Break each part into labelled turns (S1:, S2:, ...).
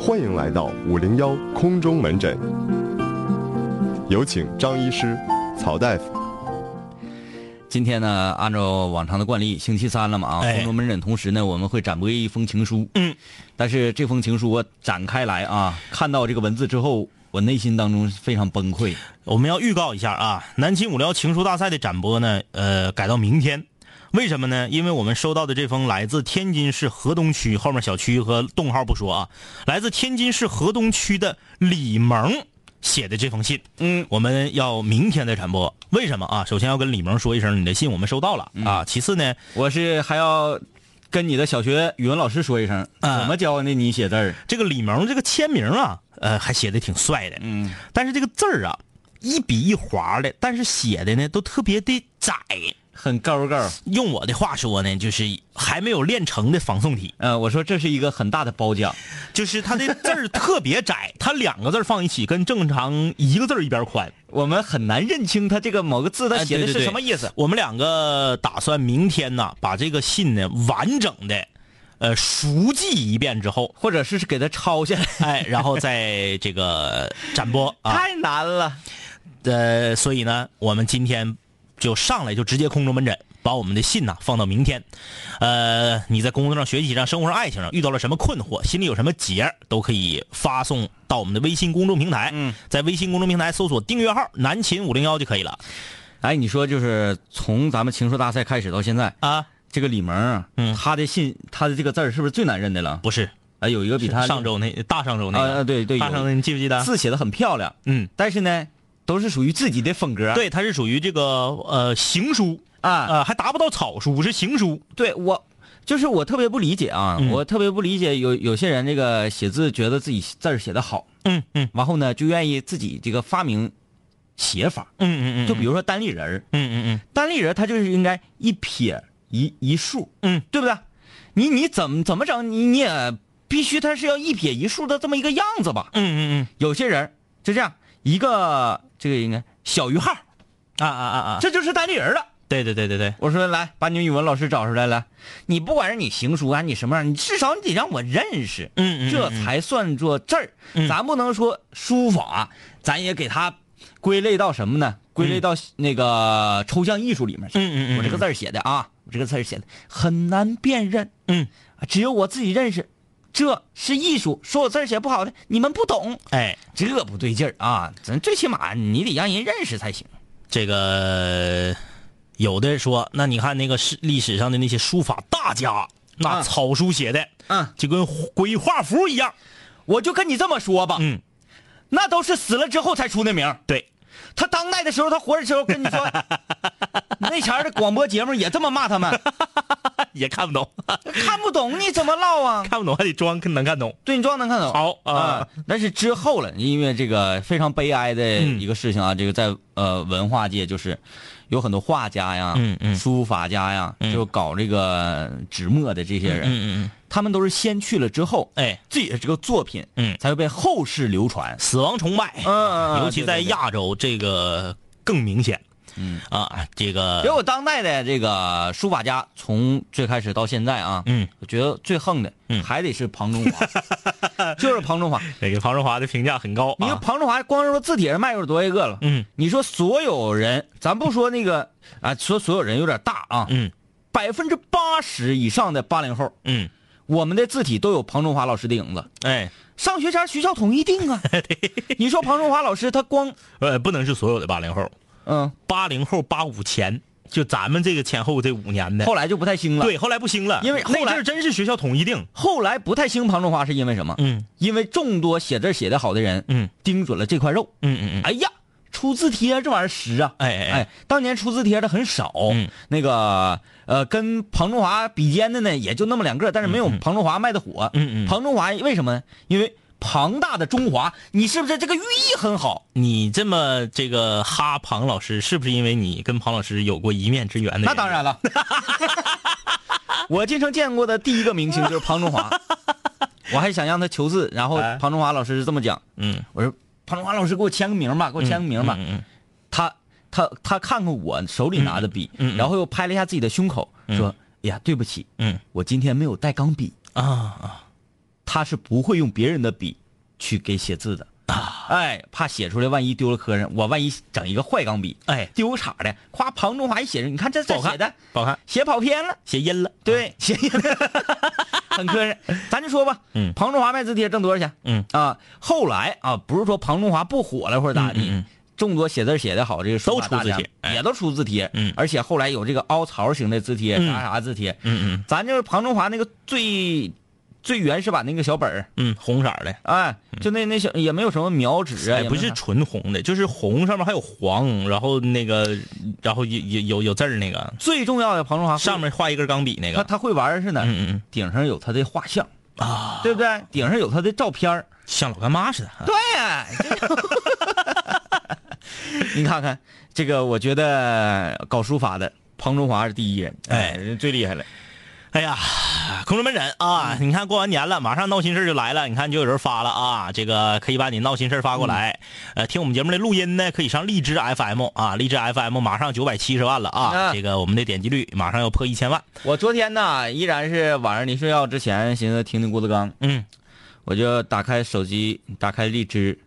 S1: 欢迎来到五零幺空中门诊，有请张医师、曹大夫。
S2: 今天呢，按照往常的惯例，星期三了嘛啊，
S3: 哎
S2: 空中门诊同时呢，我们会展播一封情书。
S3: 嗯，
S2: 但是这封情书我展开来啊，看到这个文字之后，我内心当中非常崩溃。
S3: 我们要预告一下啊，南秦五聊情书大赛的展播呢，呃，改到明天。为什么呢？因为我们收到的这封来自天津市河东区后面小区和洞号不说啊，来自天津市河东区的李萌写的这封信，
S2: 嗯，
S3: 我们要明天再传播。为什么啊？首先要跟李萌说一声，你的信我们收到了、啊。其次呢，
S2: 我是还要跟你的小学语文老师说一声，
S3: 啊
S2: 怎么教的你写字儿？
S3: 这个李萌这个签名啊，呃，还写的挺帅的，
S2: 嗯，
S3: 但是这个字儿啊，一笔一划的，但是写的呢都特别的窄。
S2: 很高高。
S3: 用我的话说呢，就是还没有练成的防送体，
S2: 呃，我说这是一个很大的褒奖。
S3: 就是它的字儿特别窄，它两个字儿放一起跟正常一个字儿一边宽。
S2: 我们很难认清他这个某个字，他
S3: 哎
S2: 写的
S3: 对对
S2: 是
S3: 对
S2: 什么意思。
S3: 我们两个打算明天呢，把这个信呢完整的，呃，熟记一遍之后，
S2: 或者是给他抄下来，
S3: 哎，然后再这个展播啊。
S2: 太难了。
S3: 呃，所以呢，我们今天就上来就直接空中门诊，把我们的信呐放到明天。呃，你在工作上、学习上、生活上、爱情上遇到了什么困惑，心里有什么结儿，都可以发送到我们的微信公众平台。嗯，在微信公众平台搜索订阅号“南秦五零幺”就可以了。
S2: 哎，你说就是从咱们情书大赛开始到现在，
S3: 啊，
S2: 这个李萌啊，
S3: 嗯
S2: 他的信，他的这个字儿是不是最难认的了？
S3: 不是，
S2: 啊，有一个比他
S3: 上周那大上周那
S2: 啊
S3: 个，
S2: 啊对对，
S3: 大上周
S2: 有
S3: 你记不记得？
S2: 字写的很漂亮，
S3: 嗯，
S2: 但是呢，都是属于自己的风格。
S3: 对，它是属于这个呃行书
S2: 啊，
S3: 呃，还达不到草书，是行书。
S2: 对我就是我特别不理解啊，
S3: 嗯
S2: 我特别不理解有有些人这个写字觉得自己字儿写的好，
S3: 嗯嗯
S2: 完后呢就愿意自己这个发明写法，
S3: 嗯嗯嗯，
S2: 就比如说单立人儿，
S3: 嗯嗯嗯
S2: 单立人儿他就是应该一撇一一竖，
S3: 嗯，
S2: 对不对？你你怎么怎么整？你你也必须他是要一撇一竖的这么一个样子吧？
S3: 嗯嗯
S2: 有些人就这样一个这个应该小于号，
S3: 嗯，啊啊啊啊，
S2: 这就是单立人了。
S3: 对对对对对。
S2: 我说来，把你语文老师找出来，来，你不管是你行书啊，你什么样，你至少你得让我认识，
S3: 嗯嗯嗯嗯
S2: 这才算作字儿。咱不能说书法，啊咱也给它归类到什么呢？归类到那个抽象艺术里面去。
S3: 嗯嗯嗯嗯
S2: 我这个字儿写的啊，我这个字儿写的很难辨认，
S3: 嗯，
S2: 只有我自己认识，这是艺术。说我字儿写不好的，你们不懂，
S3: 哎，
S2: 这不对劲儿啊！咱最起码你得让人认识才行。
S3: 这个有的说，那你看那个史历史上的那些书法大家，那
S2: 啊
S3: 草书写的，
S2: 嗯
S3: 就跟鬼画符一样。
S2: 我就跟你这么说吧，
S3: 嗯，
S2: 那都是死了之后才出的名儿。
S3: 对，
S2: 他当代的时候，他活着的时候跟你说， 那前儿的广播节目也这么骂他们，
S3: 也看不 懂，
S2: 看不懂你怎么唠啊？
S3: 看不懂还得装能看懂。
S2: 对你装能看懂。
S3: 好啊
S2: 啊，但是之后了，因为这个非常悲哀的
S3: 嗯
S2: 一个事情啊，这个在呃文化界就是有很多画家呀、
S3: 嗯嗯
S2: 书法家呀，就搞这个纸墨的这些人，
S3: 嗯嗯嗯，
S2: 他们都是先去了之后，
S3: 哎，
S2: 自己的这个作品，
S3: 嗯
S2: 才会被后世流传。
S3: 死亡崇拜，
S2: 嗯嗯嗯
S3: 尤其在亚洲这个更明显。嗯啊，这
S2: 给
S3: 个
S2: 我当代的这个书法家，从最开始到现在啊，
S3: 嗯，
S2: 我觉得最横的，
S3: 嗯啊
S2: 还得是庞中华， 就是庞中华。
S3: 这个庞中华的评价很高
S2: 你说
S3: 啊。
S2: 庞中华光说字体上卖有多少个了？
S3: 嗯
S2: 你说所有人，咱不说那个啊，说所有人有点大啊，
S3: 嗯
S2: 百分之八十以上的八零后，
S3: 嗯，
S2: 我们的字体都有庞中华老师的影子。
S3: 哎，
S2: 上学前学校统一定 啊，你说庞中华老师他光
S3: 呃，不能是所有的八零后，
S2: 嗯，
S3: 八零后八五前，就咱们这个前后这五年的，
S2: 后来就不太兴了。，
S3: 对，后来不兴了，
S2: 因为后来
S3: 那阵儿真是学校统一定。
S2: 后来不太兴庞中华是因为什么？
S3: 嗯
S2: 因为众多写字写得好的人，
S3: 嗯
S2: 盯准了这块肉。
S3: 嗯嗯嗯，
S2: 哎呀，出字帖这玩意儿实啊！
S3: 哎哎哎
S2: 哎，当年出字帖的很少，
S3: 嗯
S2: 那个呃，跟庞中华比肩的呢，也就那么两个，但是没有庞中华卖的火。
S3: 嗯嗯
S2: 庞中华为什么呢？因为庞大的中华，你是不是这个寓意很好？
S3: 你这么这个哈庞老师，是不是因为你跟庞老师有过一面之缘的？
S2: 那当，然 了，我今生见过的第一个明星就是庞中 华，我还想让他求字，然后
S3: 哎
S2: 庞中华老师是这么讲，
S3: 嗯，
S2: 我说庞中华老师给我签个名吧，给我签个名吧。
S3: 嗯嗯
S2: 他他他看看我手里拿的笔，
S3: 嗯嗯
S2: 然后又拍了一下自己的胸口，说：“哎呀，对不起，
S3: 嗯
S2: 我今天没有带钢笔。
S3: 嗯啊啊，”
S2: 他是不会用别人的笔去给写字的。
S3: 啊
S2: 哎，怕写出来万一丢了磕碜，我万一整一个坏钢笔，
S3: 哎
S2: 丢个叉的，夸庞中华一写上，你看这这
S3: 不好
S2: 写的
S3: 看，嗯不好看，
S2: 写跑偏了，
S3: 写阴了。
S2: 对，写 很磕碜。咱就说吧，
S3: 嗯
S2: 庞中华卖字帖挣多少钱？
S3: 嗯
S2: 啊，后来啊，不是说庞中华不火了或者咋地，
S3: 嗯嗯嗯
S2: 众多写字写的好这个书法
S3: 都出字帖
S2: 大家
S3: 哎
S2: 也都出字帖，
S3: 嗯
S2: 而且后来有这个凹槽型的字帖，
S3: 嗯
S2: 啥啥字帖，
S3: 嗯嗯
S2: 咱就是庞中华那个最最原始版那个小本儿，
S3: 嗯，红色儿的，
S2: 哎，就那那小也没有什么描纸啊，
S3: 嗯哎，
S2: 也
S3: 不
S2: 没有
S3: 是
S2: 啥
S3: 纯红的，就是红上面还有黄，然后那个，然后有有有有字儿那个，
S2: 最重要的庞中华会
S3: 上面画一根钢笔那
S2: 啊他
S3: 个。
S2: 他会玩儿是哪？
S3: 嗯嗯嗯，
S2: 顶上有他的画像啊，对不对？顶上有他的照片儿
S3: 像老干妈似的啊。
S2: 对， 你看看这个，我觉得搞书法的庞中华是第一人，
S3: 哎
S2: 人最厉害了。
S3: 哎呀，空中门诊啊！
S2: 嗯
S3: 你看过完年了，马上闹心事儿就来了。你看就有人发了啊，这个可以把你闹心事儿发过来。
S2: 嗯
S3: 呃，听我们节目的录音呢，可以上荔枝 FM 啊，荔枝 FM 马上九百七十万了啊，
S2: 啊
S3: 这个我们的点击率马上要破一千万。
S2: 我昨天呢，依然是晚上临睡觉之前，寻思听听郭德纲，
S3: 嗯
S2: 我就打开手机，打开荔枝，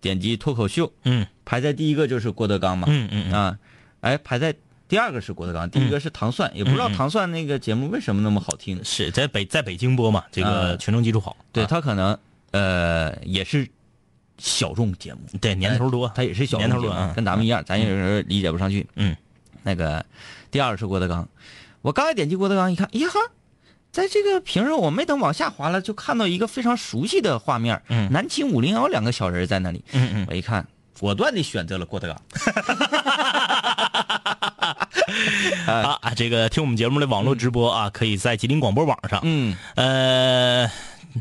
S2: 点击脱口秀，
S3: 嗯
S2: 排在第一个就是郭德纲嘛，
S3: 嗯嗯嗯
S2: 啊，哎，排在第二个是郭德纲，第一个是糖蒜，也不知道糖蒜那个节目为什么那么好听，
S3: 是在北在北京播嘛，这个
S2: 啊
S3: 群众基础好。
S2: 对
S3: 啊
S2: 他可能呃也是小众节目，
S3: 对年头多，
S2: 他也是小
S3: 年头
S2: 众节目
S3: 论啊
S2: 跟咱们一样，咱有时候理解不上去。
S3: 嗯，
S2: 那个第二是郭德纲，我刚才点击郭德纲一看，哎呀哈，在这个屏上我没等往下滑了，就看到一个非常熟悉的画面，
S3: 嗯
S2: 南秦五零幺两个小人在那里，
S3: 嗯嗯，
S2: 我一看，果断的选择了郭德纲。哎
S3: 啊啊，这个听我们节目的网络直播啊，可以在吉林广播网上。
S2: 嗯，
S3: 呃，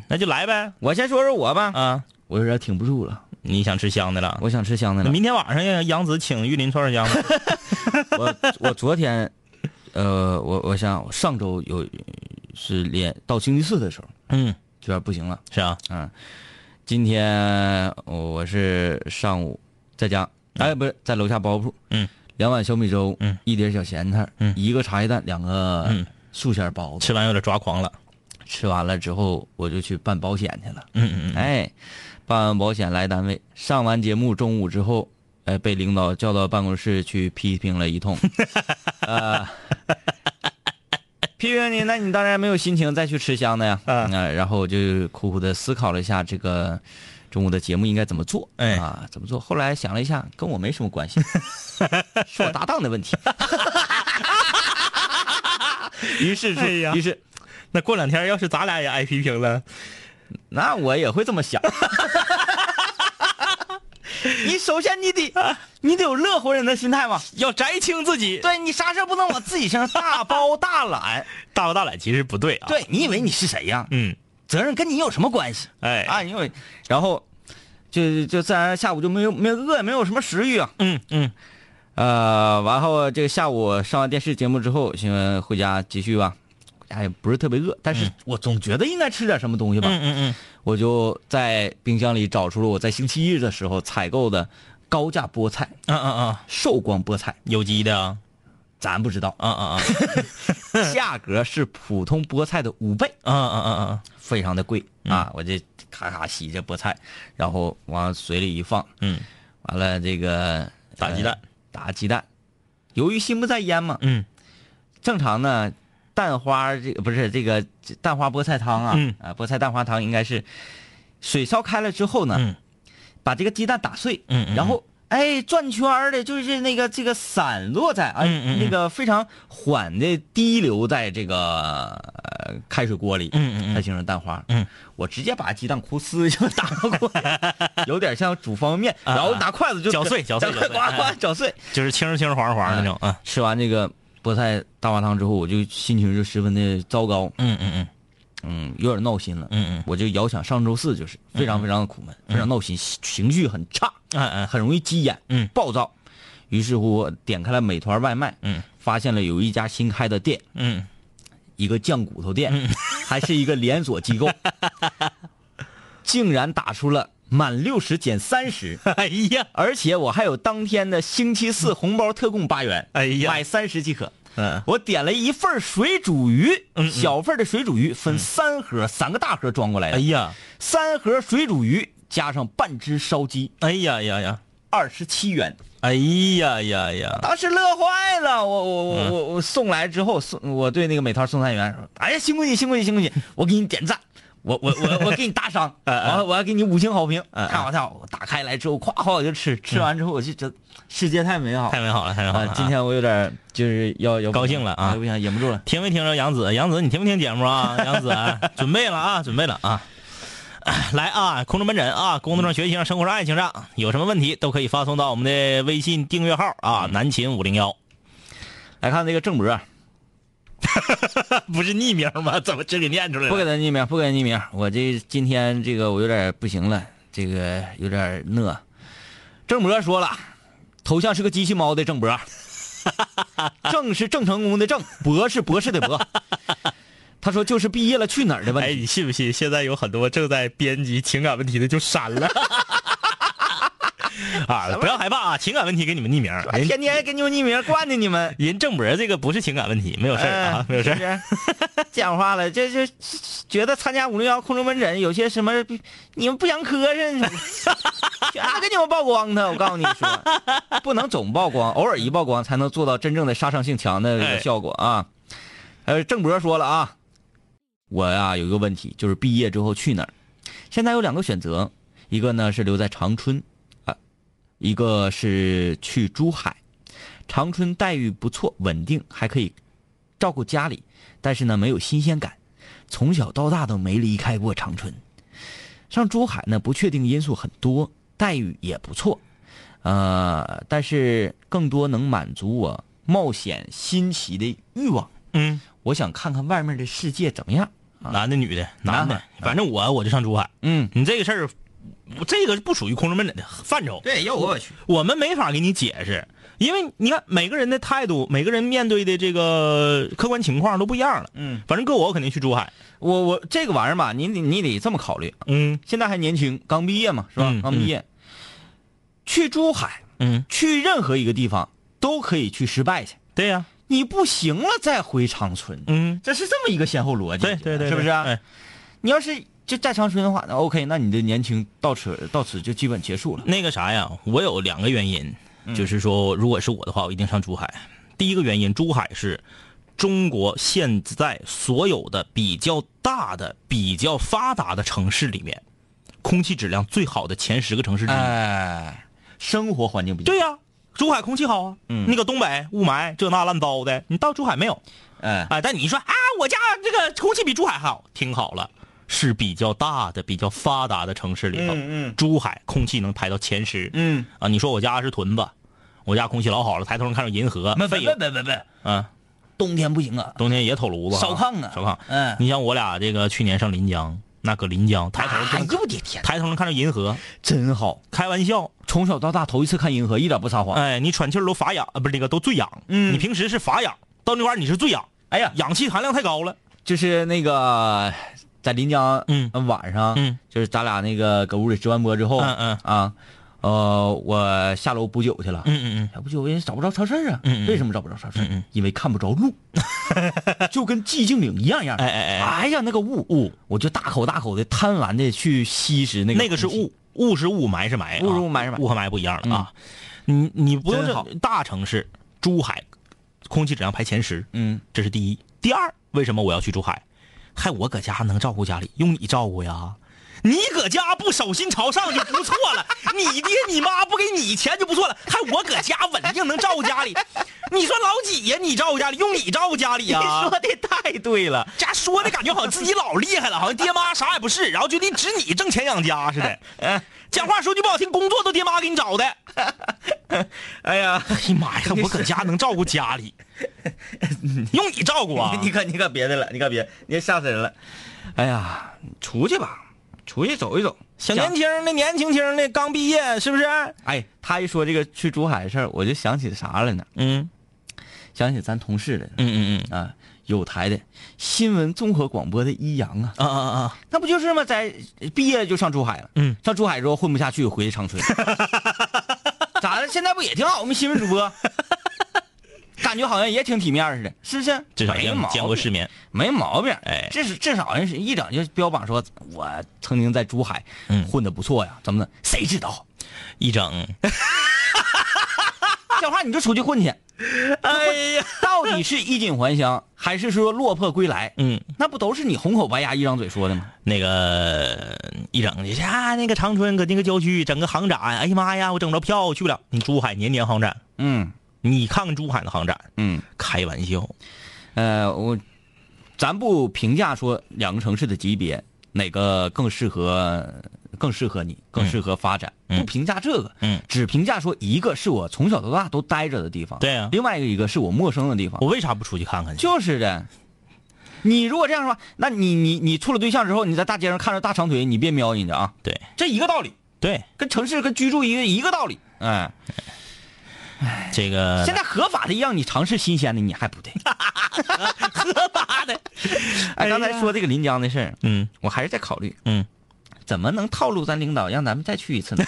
S3: 那就来呗
S2: 我先说说我吧，
S3: 啊！
S2: 我有点挺不住了，
S3: 你想吃香的了？
S2: 我想吃香的
S3: 那
S2: 了。
S3: 明天晚上让杨子请玉林串串香吧。
S2: 我我昨天，呃，我我想我上周有是连到星期四的时候，
S3: 嗯，
S2: 就有点不行了。
S3: 是啊，
S2: 今天呃我是上午在家，哎，不是在楼下包铺，
S3: 嗯，
S2: 两碗小米粥，
S3: 嗯，
S2: 一碟小咸菜，
S3: 嗯
S2: 一个茶叶蛋，两个
S3: 嗯
S2: 素馅包子。
S3: 吃完有点抓狂了。
S2: 吃完了之后，我就去办保险去了。
S3: 嗯嗯
S2: 哎，办完保险来单位，上完节目中午之后，哎，被领导叫到办公室去批评了一通。呃， 批评你，那你当然没有心情再去吃香的呀。
S3: 啊
S2: 呃然后我就苦苦的思考了一下这个中午的节目应该怎么做，
S3: 哎
S2: 啊，怎么做？后来想了一下，跟我没什么关 系，是我搭档的问题。于是说，
S3: 哎呀
S2: 于是
S3: 嗯，那过两天要是咱俩也挨批评了，
S2: 那我也会这么 想。你首先你得，你得有乐活人的心态嘛。
S3: 要摘清自己。
S2: 啊对你啥事儿不能往自己身上大包大揽。
S3: 大包大揽其实不对啊。，
S2: 对你以为你是谁呀、
S3: 嗯，
S2: 责任跟你有什么关系？
S3: 哎
S2: 啊，因为然后就就自然下午就没有没有饿，没有什么食欲啊。
S3: 嗯嗯
S2: 呃，然后这个下午上完电视节目之后，先回家继续吧。哎，不是特别饿，但是我总觉得应该吃点什么东西吧。
S3: 嗯嗯
S2: 我就在冰箱里找出了我在星期一的时候采购的高价菠菜、
S3: 嗯嗯嗯嗯，
S2: 寿光菠菜，
S3: 有机的啊，，
S2: 咱不知道
S3: 嗯嗯嗯
S2: 价格是普通菠菜的五倍，
S3: 嗯嗯嗯嗯
S2: 非常的贵啊！我这咔咔洗这菠菜，然后往水里一放，
S3: 嗯
S2: 完了这个
S3: 打鸡蛋
S2: 呃打鸡蛋，由于心不在焉嘛，
S3: 嗯
S2: 正常呢，蛋花这个不是这个蛋花菠菜汤啊，
S3: 嗯
S2: 啊菠菜蛋花汤应该是水烧开了之后呢，
S3: 嗯
S2: 把这个鸡蛋打碎，
S3: 嗯嗯
S2: 然后哎转圈儿的，就是那个这个散落在啊、
S3: 嗯嗯嗯
S2: 那个非常缓的滴流在这个、呃、开水锅里，
S3: 嗯嗯嗯
S2: 才形成蛋花。
S3: 嗯，
S2: 我直接把鸡蛋哭丝就打到锅 里，有点像煮方便面，
S3: 啊
S2: 然后拿筷子就
S3: 搅碎搅碎
S2: 搅碎，
S3: 搅碎
S2: 呱呱搅碎。
S3: 嗯，就是青青黄黄那种啊。
S2: 吃完这个菠菜大花汤之后，我就心情就十分的糟糕，
S3: 嗯嗯嗯
S2: 嗯，有点闹心了。
S3: 嗯嗯
S2: 我就遥想上周四，就是非常非常的苦闷，非常闹心，情绪很差。
S3: 嗯嗯
S2: 很容易急眼，
S3: 嗯，
S2: 暴躁。于是乎，我点开了美团外卖，
S3: 嗯，
S2: 发现了有一家新开的店，
S3: 嗯
S2: 一个酱骨头店， 还是一个连锁 机构，竟然打出了满六十减三十，
S3: 嗯，哎呀，
S2: 而且我还有当天的星期四红包特供八元，
S3: 嗯哎呀
S2: 买三十即可。
S3: 嗯
S2: 我点了一份水煮鱼，
S3: 嗯嗯
S2: 小份的水煮鱼分三盒，三个大盒装过来的，
S3: 哎呀，
S2: 三盒水煮鱼加上半只烧鸡，
S3: 哎呀呀呀，
S2: 二十七元。
S3: 哎呀呀呀，
S2: 当时乐坏了，我我我
S3: 嗯
S2: 我我送来之后送我对那个美团送餐员说：“哎呀，辛苦你，辛苦你，辛苦你，我给你点赞，我我我我给你打 赏，完了我要给你五星好评。”
S3: 嗯嗯嗯嗯
S2: 看好看好，我打开来之后，咵咵我就吃，吃完之后我就觉得世界太美好
S3: 太美好了，太美好
S2: 啊
S3: 了！啊！
S2: 今天我有点就是要要
S3: 高兴了啊
S2: 哎不行，忍不住了。
S3: 听没听着杨子？杨子，你听没听节目 啊？杨子啊，准备了啊，准备了啊！来啊，空中门诊啊，工作上、学习上、生活上、爱情上，有什么问题都可以发送到我们的微信订阅号啊，南秦五零幺，
S2: 来看这个郑博啊，
S3: 不是匿名吗？怎么这给念出来
S2: 不给他匿名，不给他匿名。我这今天这个我有点不行了，这个有点讷。郑博说了，头像是个机器猫的郑 博，郑是郑成功的郑，博是博士的博。他说就是毕业了去哪儿的问
S4: 哎，
S2: 题。
S4: 你信不信？现在有很多正在编辑情感问题的就删 了。
S3: 啊？不要害怕啊，情感问题给你们匿名，
S2: 哎
S3: 人
S2: 天天给你们匿名惯着你们，哎
S3: 人郑博这个不是情感问题，没有事儿啊，没有事儿。
S2: 儿。 讲话了，这这觉得参加五零幺空中门诊有些什么，你们不想磕碜， 全给你们曝光他。我告诉你说，不能总曝光，偶尔一曝光才能做到真正的杀伤性强的这个效果啊。还有郑博说了啊，我呀、有一个问题，就是毕业之后去哪儿？现在有两个选择，一个呢是留在长春，啊，一个是去珠海。长春待遇不错，稳定，还可以照顾家里，但是呢没有新鲜感，从小到大都没离开过长春。上珠海呢，不确定因素很多，待遇也不错，呃，但是更多能满足我冒险新奇的欲望。
S3: 嗯，
S2: 我想看看外面的世界怎么样。
S3: 男的女的，
S2: 男
S3: 啊男
S2: 的
S3: 的，反正我我就上珠海。
S2: 嗯，
S3: 你这个事儿，我这个不属于空中门诊的范畴。
S2: 对，要我去。
S3: 我们没法给你解释，因为你看每个人的态度，每个人面对的这个客观情况都不一样了。
S2: 嗯，
S3: 反正搁我，我肯定去珠海。
S2: 我我这个玩意儿吧，你得你得这么考虑，
S3: 嗯
S2: 现在还年轻，刚毕业嘛，是吧？
S3: 嗯
S2: 刚毕业，去珠海，
S3: 嗯，
S2: 去任何一个地方都可以去失败去，
S3: 对呀、
S2: 你不行了再回长春，
S3: 嗯，
S2: 这是这么一个先后逻辑，
S3: 对对对，
S2: 是不是、啊？
S3: 哎
S2: 你要是就在长春的话，那 OK，那你的年轻到此到此就基本结束了。
S3: 那个啥呀，我有两个原因，
S2: 嗯
S3: 就是说，如果是我的话，我一定上珠海。第一个原因，珠海是中国现在所有的比较大的、比较发达的城市里面，空气质量最好的前十个城市之一。
S2: 哎，生活环境比较
S3: 对呀、珠海空气好啊，
S2: 嗯
S3: 那个东北雾霾这那乱糟的，你到珠海没有？
S2: 哎，
S3: 哎，但你说啊，我家这个空气比珠海好，听好了，是比较大的、比较发达的城市里头，
S2: 嗯嗯
S3: 珠海空气能排到前十，
S2: 嗯，
S3: 啊，你说我家是屯子，我家空气老好了，抬头能看着银河，
S2: 没
S3: 废
S2: 没没没没，
S3: 物啊，
S2: 冬天不行啊，
S3: 冬天也透炉子，
S2: 烧炕啊
S3: 烧炕，
S2: 嗯
S3: 你像我俩这个去年上临江，那搁临江抬头就
S2: 哎
S3: 能
S2: 呦我的天，
S3: 抬头能看着银河，
S2: 真好！
S3: 开玩笑，
S2: 从小到大头一次看银河，一点不撒谎。
S3: 哎，你喘气儿都乏氧，啊，不是那个都醉氧，
S2: 嗯
S3: 你平时是乏氧，到那块儿你是醉氧，
S2: 哎呀，
S3: 氧气含量太高了，
S2: 就是那个在临江，
S3: 嗯
S2: 呃晚上，
S3: 嗯，
S2: 就是咱俩那个搁屋里直完播之后，
S3: 嗯嗯
S2: 啊，呃，我下楼补酒去了，
S3: 嗯嗯
S2: 下补酒也找不着超市啊，
S3: 嗯嗯
S2: 为什么找不着超市？
S3: 嗯嗯
S2: 因为看不着路，就跟寂静岭一样一样。
S3: 哎哎哎
S2: 哎呀，那个雾雾，我就大口大口的贪婪的去吸食那
S3: 嗯，
S2: 个
S3: 那个是
S2: 空气
S3: 雾，雾是雾，霾是霾啊，
S2: 雾是雾霾是霾
S3: 雾和霾不一样了啊，你你不用
S2: 真好
S3: 这大城市，珠海空气质量排前十，
S2: 嗯，
S3: 这是第一。第二，为什么我要去珠海？还我搁家能照顾家里，用你照顾呀？你搁家不手心朝上就不错了，你爹你妈不给你钱就不错了，还我搁家稳定能照顾家里，你说老几呀？你照顾家里，用 你照顾家里呀？
S2: 的太对 了，
S3: 家说的感觉好像自己老厉害了，好像爹妈啥也不是，然后就得指你挣钱养家似 的。讲话说句不好听，工作都爹妈给你找的。
S2: 哎呀，
S3: 哎呀妈呀，我搁家能照顾家 里，用你照顾啊？
S2: 你可你可别的了，你可别，你吓死人了。哎呀，出去吧，出去走一走。
S3: 小年轻的，年轻轻的，刚毕业，是不是？
S2: 哎，他一说这个去珠海的事儿，我就想起啥来呢？
S3: 嗯
S2: 想起咱同事来了
S3: 嗯嗯
S2: 啊，有台的新闻综合广播的一阳啊，
S3: 嗯啊啊啊！
S2: 那不就是吗？在毕业就上珠海了，
S3: 嗯，
S2: 上珠海之后混不下去，回 长春，咋的？现在不也挺好吗？新闻主播，感觉好像也挺体面似的，是不是？
S3: 至少
S2: 没
S3: 见
S2: 毛
S3: 见过
S2: 病
S3: 世面。
S2: 没毛病，
S3: 哎
S2: 至少至少人是一整就标榜说，我曾经在珠海
S3: 嗯
S2: 混的不错呀，怎么的？谁知道？
S3: 一 整，
S2: 这话你就出去 混去，
S3: 哎呀，
S2: 到底是衣锦还乡，还是说落魄归来？
S3: 嗯，
S2: 那不都是你红口白牙一张嘴说的吗？
S3: 那个一整去啊，那个长春搁那个郊区整个航展，哎呀妈呀，我整不着票我去不了。你珠海年年航展，
S2: 嗯
S3: 你看看珠海的航展，
S2: 嗯，
S3: 开玩笑，
S2: 呃，我咱不评价说两个城市的级别哪个更适合更适合你，更适合发展，
S3: 嗯
S2: 不评价这个，
S3: 嗯，
S2: 只评价说一个是我从小到大都待着的地方，
S3: 对啊
S2: 另外一个是我陌生的地方，
S3: 我为啥不出去看看去？
S2: 就是的。你如果这样说，那你你你处了对象之后，你在大街上看着大长腿，你别瞄人家啊，
S3: 对
S2: 这一个道理，
S3: 对，
S2: 跟城市跟居住一个一个道理，哎。
S3: 这个
S2: 现在合法的让你尝试新鲜的，你还不 对？合法的。哎，刚才说这个临江的事儿，
S3: 嗯
S2: 我还是在考虑，
S3: 嗯，
S2: 怎么能套路咱领导，让咱们再去一次呢？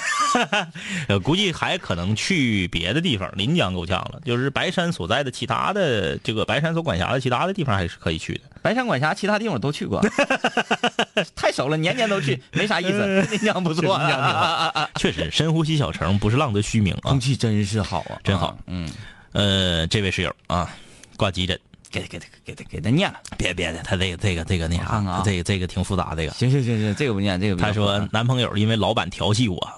S3: 呃，估计还可能去别的地方，临江够呛了。就是白山所在的其他的这个白山所管辖的其他的地方还是可以去的。
S2: 白山管辖其他地方我都 去过，太熟了，年年都去，没啥意思。临江不错，啊
S3: 是临江挺
S2: 好，
S3: 确实，深呼吸小城不是浪得虚名啊
S2: 空。气真是好啊，
S3: 真好。
S2: 嗯，
S3: 呃，这位室友啊，挂急诊，
S2: 给他给他给他给他念了。
S3: 别别的，他这个这个这个那啥，
S2: 我看看啊
S3: 这个这个挺复杂这个。
S2: 行行行行，这个不念，这个不念
S3: 他说，男朋友因为老板调戏我，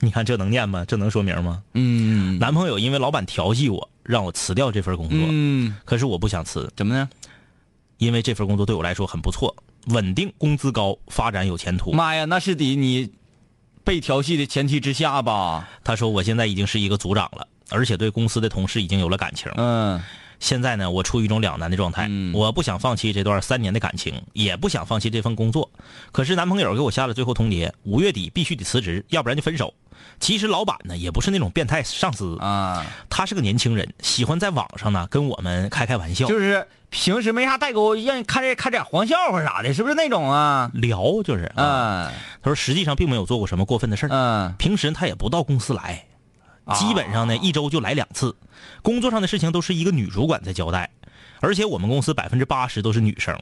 S3: 你看这能念吗？这能说明吗？
S2: 嗯
S3: 男朋友因为老板调戏我，让我辞掉这份工作，
S2: 嗯，
S3: 可是我不想辞，
S2: 怎么呢？
S3: 因为这份工作对我来说很不错，稳定，工资高，发展有前途。
S2: 妈呀，那是得你被调戏的前提之下吧？
S3: 他说我现在已经是一个组长了，而且对公司的同事已经有了感情。
S2: 嗯
S3: 现在呢，我处于一种两难的状态，
S2: 嗯
S3: 我不想放弃这段三年的感情，也不想放弃这份工作。可是男朋友给我下了最后通牒，五月底必须得辞职，要不然就分手。其实老板呢也不是那种变态上司，
S2: 啊。
S3: 他是个年轻人，喜欢在网上呢跟我们开开玩笑，
S2: 就是平时没啥代沟，让你看这看点黄笑话啥的，是不是那种啊？
S3: 聊就是。啊
S2: 嗯
S3: 他说实际上并没有做过什么过分的事儿，
S2: 嗯，
S3: 平时他也不到公司来，基本上呢一周就来两次。工作上的事情都是一个女主管在交代，而且我们公司百分之八十都是女生。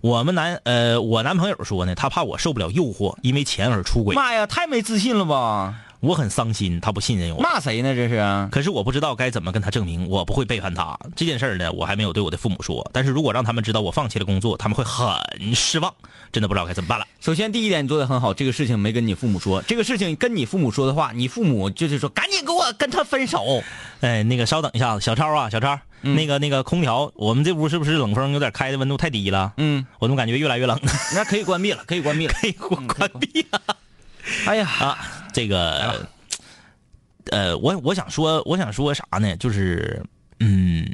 S3: 我们男呃，我男朋友说呢，他怕我受不了诱惑，因为钱而出轨。
S2: 妈呀，太没自信了吧？
S3: 我很伤心，他不信任我。
S2: 骂谁呢？这是？啊
S3: 可是我不知道该怎么跟他证明我不会背叛他这件事儿呢，我还没有对我的父母说。但是如果让他们知道我放弃了工作，他们会很失望，真的不知道该怎么办了。
S2: 首先第一点，你做的很好，这个事情没跟你父母说。这个事情跟你父母说的话，你父母就是说赶紧给我跟他分手。
S3: 哎，那个稍等一下子，小超啊，小超，那个那个空调，我们这屋是不是冷风有点开的温度太低了？
S2: 嗯，
S3: 我怎么感觉越来越冷？
S2: 那可以关闭了，可以关闭了。
S3: 可以关关闭了。
S2: 哎呀，
S3: 啊，这个，呃，我我想说，我想说啥呢？就是，嗯，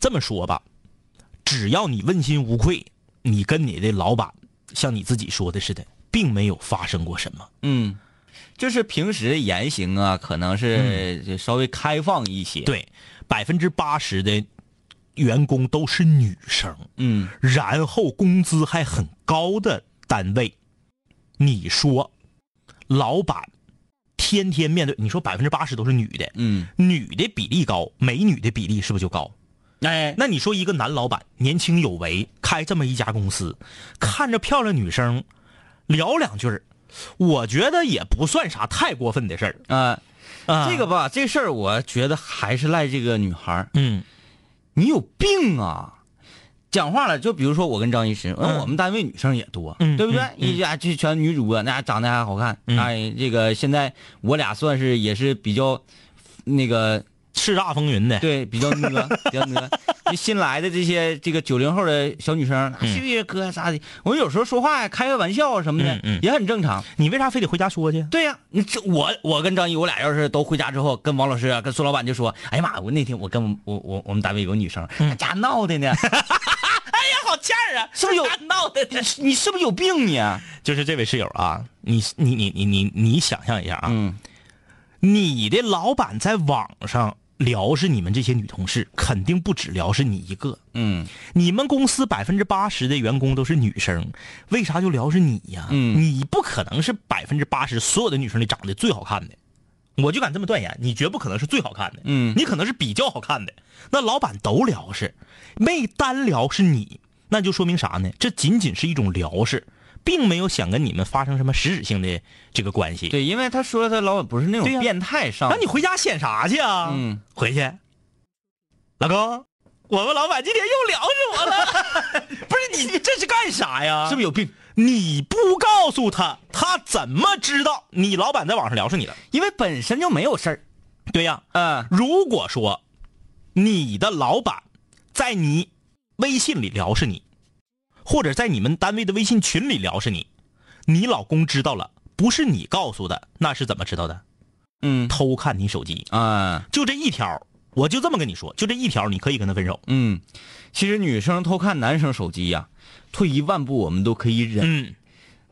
S3: 这么说吧，只要你问心无愧，你跟你的老板像你自己说的似的，并没有发生过什么。
S2: 嗯，就是平时言行啊，可能是就稍微开放一些。，
S3: 嗯对，百分之八十的员工都是女生，
S2: 嗯，
S3: 然后工资还很高的单位，你说，老板天天面对，你说百分之八十都是女的，
S2: 嗯，
S3: 女的比例高，美女的比例是不是就高？
S2: 哎，
S3: 那你说一个男老板年轻有为，开这么一家公司，看着漂亮女生聊两句儿我觉得也不算啥太过分的事儿
S2: 啊、
S3: 啊。
S2: 这个，吧，这事儿我觉得还是赖这个女孩儿
S3: 嗯
S2: 你有病啊！讲话了，就比如说我跟张医师，嗯、我们单位女生也多，
S3: 嗯
S2: 对不对
S3: 嗯？
S2: 一家就全女主播，那长得还好看，
S3: 嗯
S2: 哎，这个现在我俩算是也是比较那个
S3: 叱咤风云的，
S2: 对比较 呢，比较呢。这新来的这些这个九零后的小女生，啊
S3: 嗯
S2: 去哥啥的，我们有时候说话呀，开个玩笑啊什么的，
S3: 嗯嗯
S2: 也很正常。
S3: 你为啥非得回家说去？
S2: 对呀、你这我我跟张一，我俩要是都回家之后，跟王老师啊，跟孙老板就说，哎呀妈，我那天我跟我我我们单位有个女生，
S3: 嗯
S2: 那家闹的呢，哎呀，好欠儿啊，是不是有闹的？你是不是有病你、
S3: 就是这位室友啊，你你你你你你想象一下啊，
S2: 嗯
S3: 你的老板在网上聊是你们这些女同事，肯定不只聊是你一个。
S2: 嗯
S3: 你们公司百分之八十的员工都是女生，为啥就聊是你呀、
S2: 嗯
S3: 你不可能是百分之八十所有的女生里长得最好看的，我就敢这么断言，你绝不可能是最好看的，
S2: 嗯
S3: 你可能是比较好看的。那老板都聊是，没单聊是你，那就说明啥呢？这仅仅是一种聊是，并没有想跟你们发生什么实质性的这个关系。
S2: 对，因为他说他老板不是那种
S3: 对呀
S2: 变态上
S3: 那
S2: 司，
S3: 你回家显啥去啊？
S2: 啊嗯，
S3: 回去，老公，我们老板今天又聊着我了。 不是你这是干啥呀？
S2: 是不是有病？
S3: 你不告诉他，他怎么知道你老板在网上聊上你了？
S2: 因为本身就没有事儿，
S3: 对呀、
S2: 嗯
S3: 如果说你的老板在你微信里聊是你，或者在你们单位的微信群里聊是你，你老公知道了，不是你告诉的，那是怎么知道的？
S2: 嗯
S3: 偷看你手机，
S2: 啊
S3: 就这一条，我就这么跟你说，就这一条，你可以跟他分手。
S2: 嗯，其实女生偷看男生手机呀、退一万步我们都可以忍，
S3: 嗯，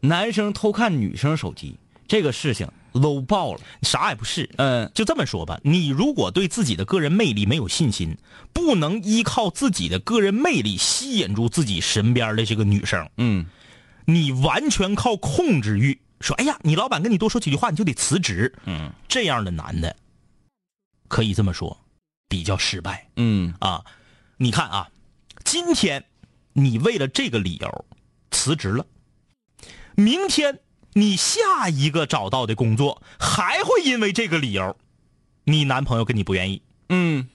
S2: 男生偷看女生手机这个事情 low 爆了，
S3: 啥也不是。
S2: 嗯
S3: 就这么说吧，你如果对自己的个人魅力没有信心，不能依靠自己的个人魅力吸引住自己身边的这个女生，
S2: 嗯
S3: 你完全靠控制欲。说，哎呀，你老板跟你多说几句话，你就得辞职。
S2: 嗯
S3: 这样的男的，可以这么说，比较失败
S2: 嗯
S3: 啊。你看啊，今天你为了这个理由辞职了，明天你下一个找到的工作还会因为这个理由，你男朋友跟你不愿意，
S2: 嗯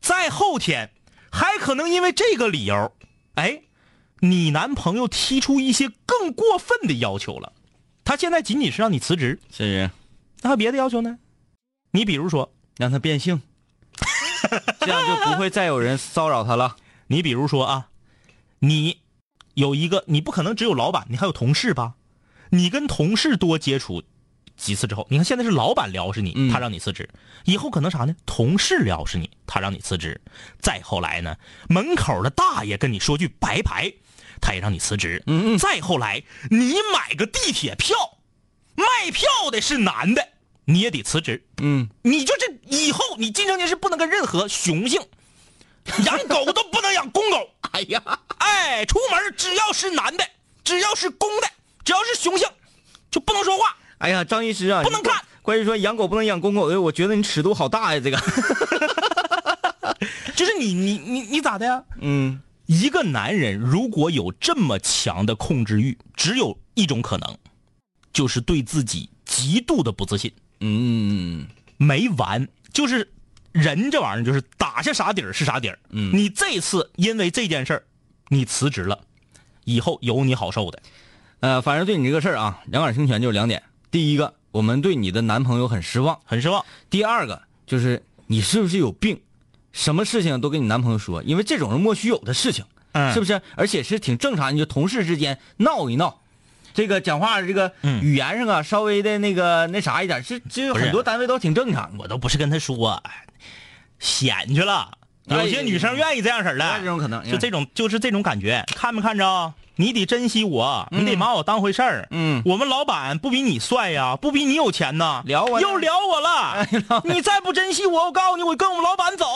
S3: 再后天还可能因为这个理由，哎，你男朋友提出一些更过分的要求了。他现在仅仅是让你辞职，
S2: 是不是
S3: 那还有别的要求呢？你比如说，
S2: 让他变 性，这样就不会再有人骚扰他了。
S3: 你比如说啊，你有一个，你不可能只有老板，你还有同事吧？你跟同事多接触几次之后，你看现在是老板聊是你，
S2: 嗯
S3: 他让你辞职，以后可能啥呢？同事聊是你，他让你辞职，再后来呢，门口的大爷跟你说句拜拜，他也让你辞职，
S2: 嗯嗯
S3: 再后来你买个地铁票，卖票的是男的，你也得辞职，
S2: 嗯，
S3: 你就这以后你今生今世不能跟任何雄性， 养狗都不能养公狗。
S2: 哎呀，
S3: 哎，出门只要是男的，只要是公的，只要是雄性，就不能说话。
S2: 哎呀，张医师啊，
S3: 不能
S2: 你关
S3: 看。
S2: 关于说养狗不能养公狗的，哎我觉得你尺度好大呀，这个。
S3: 就是你你你你咋的呀？
S2: 嗯
S3: 一个男人如果有这么强的控制欲，只有一种可能，就是对自己极度的不自信。
S2: 嗯嗯
S3: 没完，就是人这玩意儿就是打下啥底儿是啥底儿。
S2: 嗯
S3: 你这次因为这件事儿，你辞职了，以后有你好受的。
S2: 呃，反正对你这个事儿啊，两杆儿清泉就是两点。第一个，我们对你的男朋友很失望；
S3: 很失望。
S2: 第二个，就是你是不是有病，什么事情都跟你男朋友说，因为这种是莫须有的事情，
S3: 嗯
S2: 是不是？而且是挺正常，你就同事之间闹一闹。这个讲话，这个
S3: 嗯
S2: 语言上啊，稍微的那个那啥一点，这这
S3: 不是
S2: 很多单位都挺正常的。
S3: 我都不是跟他说、哎显去了。有些女生愿意这样式儿
S2: 那
S3: 的，
S2: 这种可能
S3: 就这种就是这种感觉，看没看着？你得珍惜我，你得把我当回事儿。
S2: 嗯
S3: 我们老板不比你帅呀，不比你有钱呐，
S2: 聊我呢
S3: 又聊我了。你再不珍惜我，我告诉你，我跟我们老板走。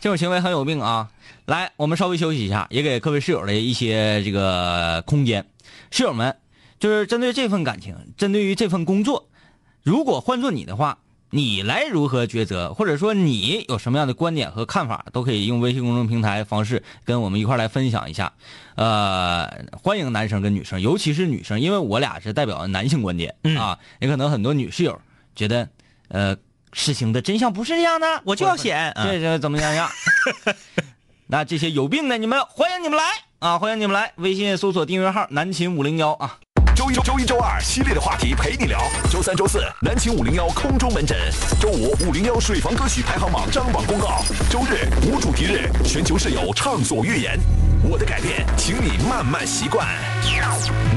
S2: 这种行为很有病啊！来，我们稍微休息一下，也给各位室友的一些这个空间。室友们，就是针对这份感情，针对于这份工作，如果换做你的话，你来如何抉择，或者说你有什么样的观点和看法，都可以用微信公众平台方式跟我们一块儿来分享一下。呃，欢迎男生跟女生，尤其是女生，因为我俩是代表男性观点、
S3: 嗯
S2: 啊，也可能很多女室友觉得，呃，事情的真相不是这样的，
S3: 我就要显嗯
S2: 这这怎么样 样？那这些有病的，你们欢迎你们来啊！欢迎你们来，微信搜索订阅号“南秦五零幺”啊。
S5: 周一周周一周二系列的话题陪你聊，周三周四南秦五零幺空中门诊，周五五零幺水房歌曲排行榜张榜公告，周日无主题日，全球室友畅所欲言。我的改变，请你慢慢习惯。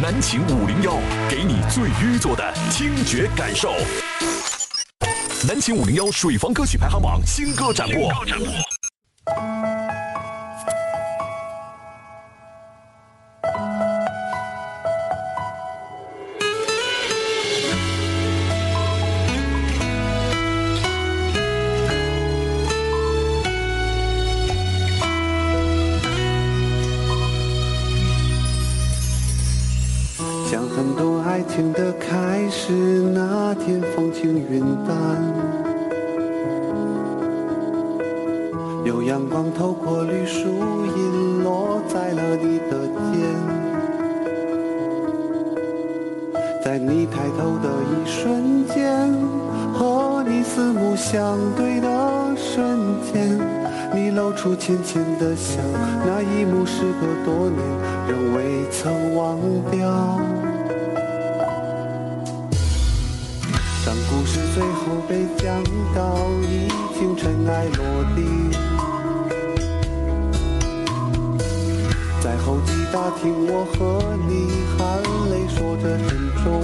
S5: 南秦五零幺给你最淤作的听觉感受。南秦五零幺水房歌曲排行榜新歌展播。
S6: 像很多爱情的开始，那天风轻云淡，有阳光透过绿树荫落在了你的肩，在你抬头的一瞬间，和你四目相对的瞬间，你露出浅浅的笑，那一幕时隔多年，仍未曾忘掉。当故事最后被讲到已经尘埃落定，在后期大厅，我和你含泪说着珍重。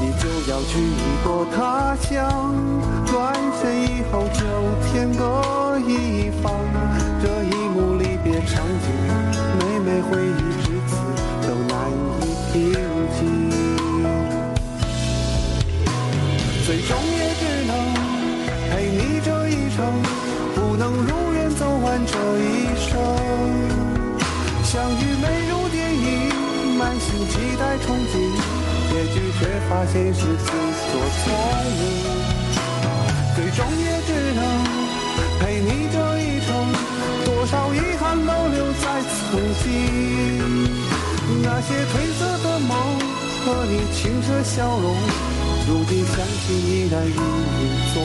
S6: 你就要去异国他乡，转身以后就天各一方。这一幕离别场景，每每回忆至此，都难以平静。最终也只能陪你这一程，不能如愿走完这一生。相遇美如电影，满心期待憧憬，结局却发现是自作聪明。最终也只能陪你这一程，多少遗憾都留在曾经。那些褪色的梦和你清澈笑容，如今想起依然隐隐作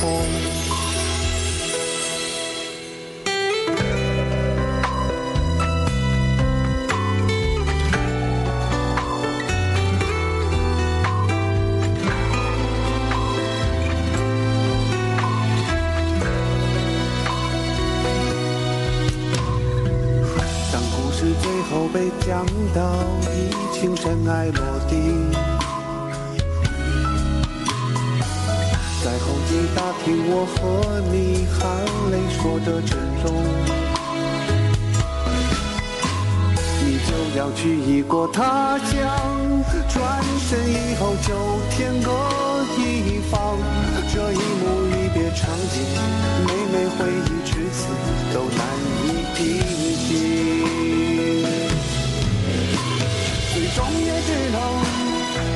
S6: 痛。当故事最后被讲到已经尘埃落定，在候机大厅，我和你含泪说着珍重。你就要去异国他乡，转身以后就天各一方。这一幕离别场景，每每回忆至此，都难以平息。最终也只能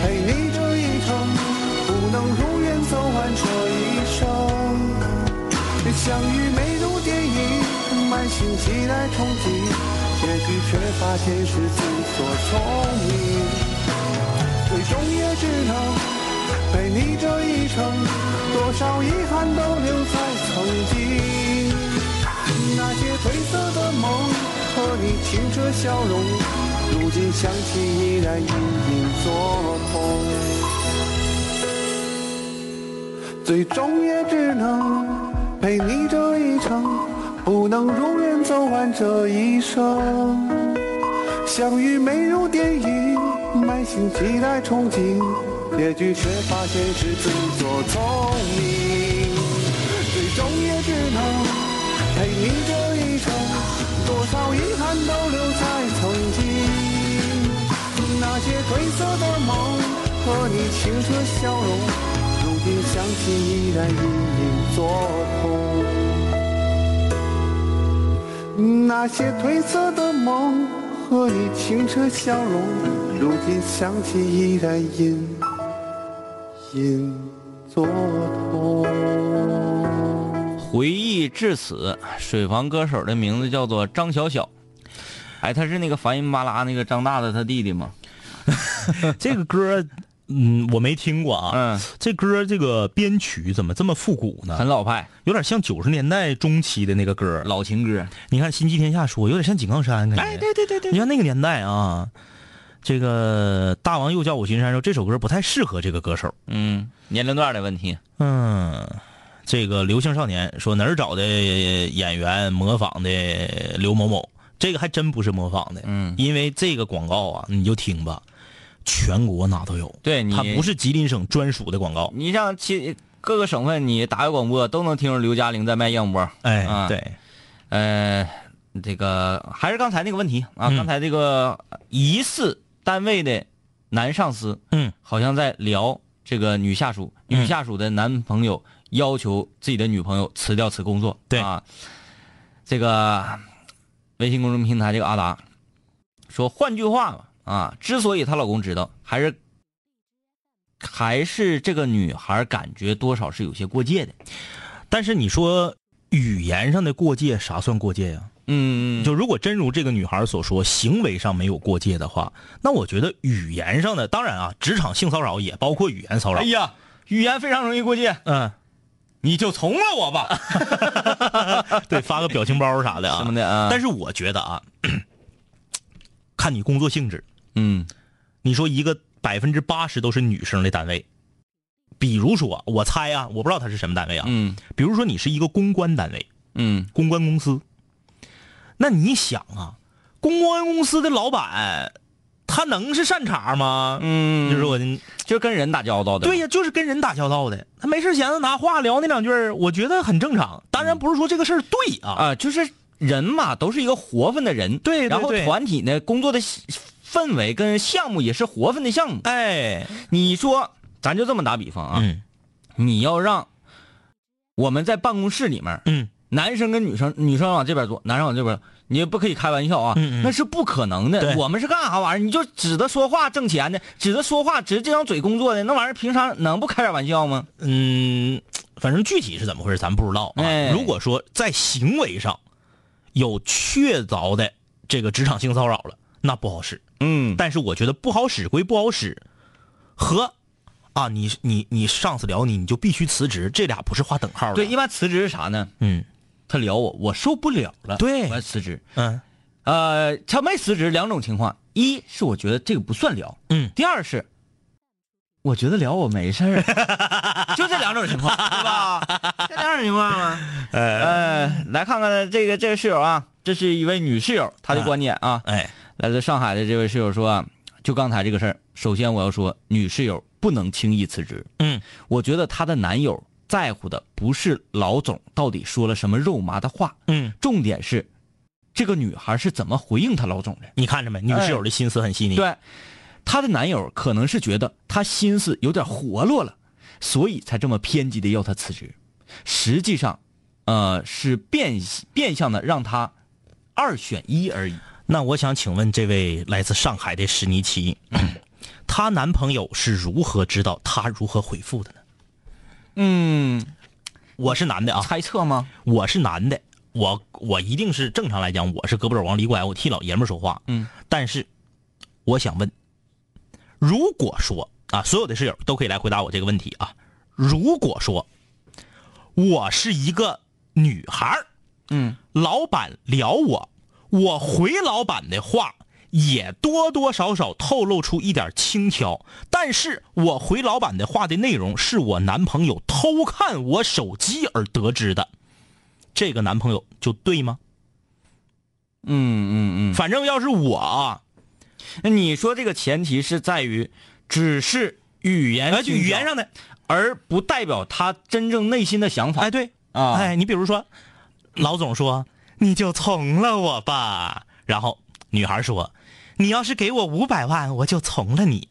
S6: 陪你这一程，不能如愿走完这一生。相遇美如电影，满心期待憧憬，结局却发现是自作聪明。最终也只能陪你这一程，多少遗憾都留在曾经。那些褪色的梦和你清澈笑容，如今想起依然隐隐作痛。最终也只能陪你这一程，不能如愿走完这一生。相遇美如电影，满心期待憧憬，结局却发现是自作聪明。最终也只能陪你这一程，多少遗憾都留在曾经。那些褪色的梦和你清澈笑容，如今想起依然隐隐作痛。那些褪色的梦和你清澈笑容，如今想起依然隐隐作痛。
S2: 回忆至此，水房歌手的名字叫做张小小。哎，他是那个梵音巴拉那个张大的他弟弟吗？
S3: 这个歌，嗯，我没听过啊。
S2: 嗯，
S3: 这歌这个编曲怎么这么复古
S2: 很
S3: 呢？
S2: 老派，
S3: 有点像九十年代中期的那个歌。
S2: 老情歌。
S3: 你看《心系天下》说有点像井冈山，感觉。哎，对对对对。你看那个年代啊，这个大王又叫我巡山说这首歌不太适合这个歌手。
S2: 嗯，年龄段的问题。
S3: 嗯，这个流星少年说哪儿找的演员模仿的刘某某？这个还真不是模仿的，
S2: 嗯
S3: 因为这个广告啊，你就听吧，全国哪都有，
S2: 对你
S3: 它不是吉林省专属的广告，
S2: 你像其各个省份，你打个广播都能听着刘嘉玲在卖燕窝。
S3: 哎，
S2: 啊
S3: 对，
S2: 呃，这个还是刚才那个问题啊，
S3: 嗯
S2: 刚才这个疑似单位的男上司，
S3: 嗯，
S2: 好像在聊这个女下属，
S3: 嗯
S2: 女下属的男朋友要求自己的女朋友辞掉此工作，
S3: 对
S2: 啊，这个微信公众平台这个阿达说，换句话啊，之所以她老公知道，还是还是这个女孩感觉多少是有些过界的。
S3: 但是你说语言上的过界，啥算过界呀、
S2: 嗯，
S3: 就如果真如这个女孩所说，行为上没有过界的话，那我觉得语言上的，当然啊，职场性骚扰也包括语言骚扰。
S2: 哎呀，语言非常容易过界，
S3: 嗯，
S2: 你就从了我吧。
S3: 对，发个表情包啥的啊
S2: 什么的啊
S3: 但是我觉得啊， 看你工作性质，
S2: 嗯
S3: 你说一个百分之八十都是女生的单位，比如说，我猜啊，我不知道它是什么单位啊，
S2: 嗯
S3: 比如说你是一个公关单位，
S2: 嗯，
S3: 公关公司，那你想啊，公关公司的老板，他能是善茬吗？
S2: 嗯
S3: 就是我，
S2: 就跟人打交道的。
S3: 对，呀，就是跟人打交道的，他没事闲着拿话聊那两句儿，我觉得很正常。当然不是说这个事儿对啊，
S2: 啊，就是人嘛，都是一个活泛的人。
S3: 对对
S2: 然后
S3: 对
S2: 团体呢，工作的氛围跟项目也是活泛的项目。
S3: 哎，
S2: 你说，咱就这么打比方啊，
S3: 嗯
S2: 你要让我们在办公室里面，
S3: 嗯，
S2: 男生跟女生，女生往这边坐，男生往这边，你也不可以开玩笑啊，
S3: 嗯嗯
S2: 那是不可能的。
S3: 对
S2: 我们是干啥玩意儿？你就指着说话挣钱的，指着说话指着这张嘴工作的，那玩意儿平常能不开点玩笑吗？
S3: 嗯，反正具体是怎么回事咱不知道啊。
S2: 哎
S3: 如果说在行为上有确凿的这个职场性骚扰了，那不好使。
S2: 嗯，
S3: 但是我觉得不好使归不好使，和啊你你你上司聊你你就必须辞职，这俩不是划等号的。
S2: 对，一般辞职是啥呢？
S3: 嗯
S2: 他聊我，我受不了了，
S3: 对
S2: 我要辞职。
S3: 嗯
S2: 呃，他没辞职，两种情况：一是我觉得这个不算聊，
S3: 嗯
S2: 第二是我觉得聊我没事儿，啊就这两种情况，对吧？这两种情况吗？呃，来看看这个这个室友啊，这是一位女室友，她的观点啊，
S3: 哎
S2: 来自上海的这位室友说啊，就刚才这个事儿，首先我要说，女室友不能轻易辞职。
S3: 嗯
S2: 我觉得她的男友在乎的不是老总到底说了什么肉麻的话，
S3: 嗯，
S2: 重点是这个女孩是怎么回应她老总的。
S3: 你看着没？女室友的心思很细腻。
S2: 哎对，她的男友可能是觉得她心思有点活络了，所以才这么偏激的要她辞职。实际上，呃，是变变相的让她二选一而已。
S3: 那我想请问这位来自上海的史尼奇，嗯她男朋友是如何知道她如何回复的呢？
S2: 嗯，
S3: 我是男的啊，
S2: 猜测吗？
S3: 我是男的，我我一定是正常来讲，我是胳膊肘往里拐，我替老爷们儿说话。
S2: 嗯，
S3: 但是我想问，如果说啊，所有的室友都可以来回答我这个问题啊，如果说我是一个女孩儿
S2: 嗯，
S3: 老板聊我，我回老板的话。也多多少少透露出一点轻佻，但是我回老板的话的内容是我男朋友偷看我手机而得知的，这个男朋友就对吗？
S2: 嗯嗯
S3: 反正要是我啊，
S2: 嗯。那你说这个前提是在于，只是语言
S3: 哎，就
S2: 倾
S3: 语言
S2: 向，
S3: 上的，
S2: 而不代表她真正内心的想法。
S3: 哎，对，
S2: 啊
S3: 哎，你比如说，老总说你就从了我吧，然后女孩说，你要是给我五百万，我就从了你。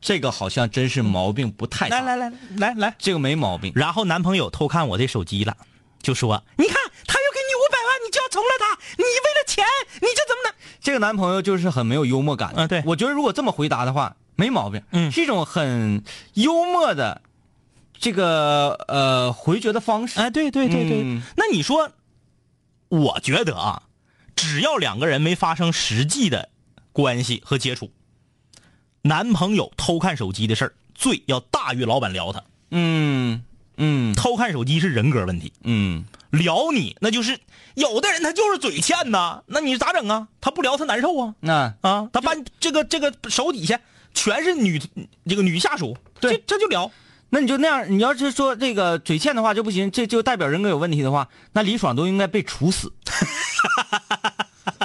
S2: 这个好像真是毛病不太大。
S3: 来来来来来，
S2: 这个没毛病。
S3: 然后男朋友偷看我的手机了，就说，你看他要给你五百万，你就要从了他，你为了钱你就怎么的？
S2: 这个男朋友就是很没有幽默感的
S3: 嗯对
S2: 我觉得如果这么回答的话，没毛病，
S3: 嗯
S2: 是一种很幽默的这个呃回绝的方式。
S3: 哎，对对对对，
S2: 嗯
S3: 那你说，我觉得啊，只要两个人没发生实际的关系和接触，男朋友偷看手机的事儿，罪要大于老板撩他。
S2: 嗯嗯
S3: 偷看手机是人格问题，
S2: 嗯
S3: 撩你那就是有的人他就是嘴欠呐，那你咋整啊？他不撩他难受啊
S2: 那
S3: 啊！他把你这个这个手底下全是女这个女下属，
S2: 对
S3: 这这就撩。
S2: 那你就那样，你要是说这个嘴欠的话就不行，这就代表人格有问题的话，那李爽都应该被处 死。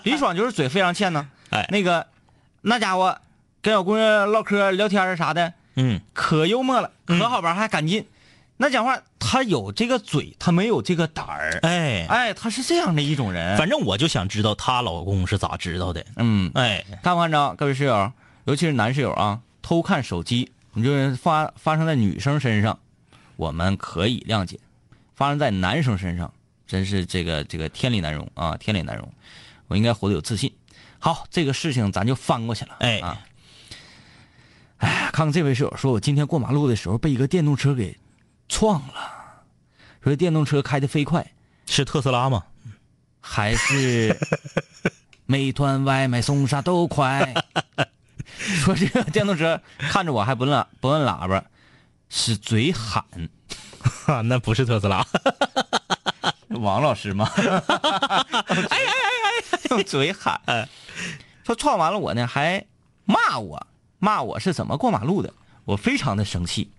S2: 李爽就是嘴非常欠呢，
S3: 哎
S2: 那个那家伙跟小姑娘唠嗑聊天儿啥的，
S3: 嗯，
S2: 可幽默了，可好玩儿，还敢劲。那讲话他有这个嘴，他没有这个胆儿。
S3: 哎，
S2: 哎，他是这样的一种人。
S3: 反正我就想知道她老公是咋知道的。
S2: 嗯，
S3: 哎，
S2: 看不看着各位室友，尤其是男室友啊，偷看手机，你就是发发生在女生身上，我们可以谅解；发生在男生身上，真是这个这个天理难容啊，天理难容。我应该活得有自信。好，这个事情咱就翻过去了。
S3: 哎
S2: 啊，康这位室友说，我今天过马路的时候被一个电动车给撞了，说电动车开的飞快，
S3: 是特斯拉吗？
S2: 还 是美团、外卖、送啥都快。说这个电动车看着我还不摁喇不摁喇叭，是嘴喊。
S3: 哈，啊那不是特斯拉，
S2: 王老师吗？ 哎哎哎哎，用嘴喊，说撞完了我呢，还骂我，骂我是怎么过马路的，我非常的生气，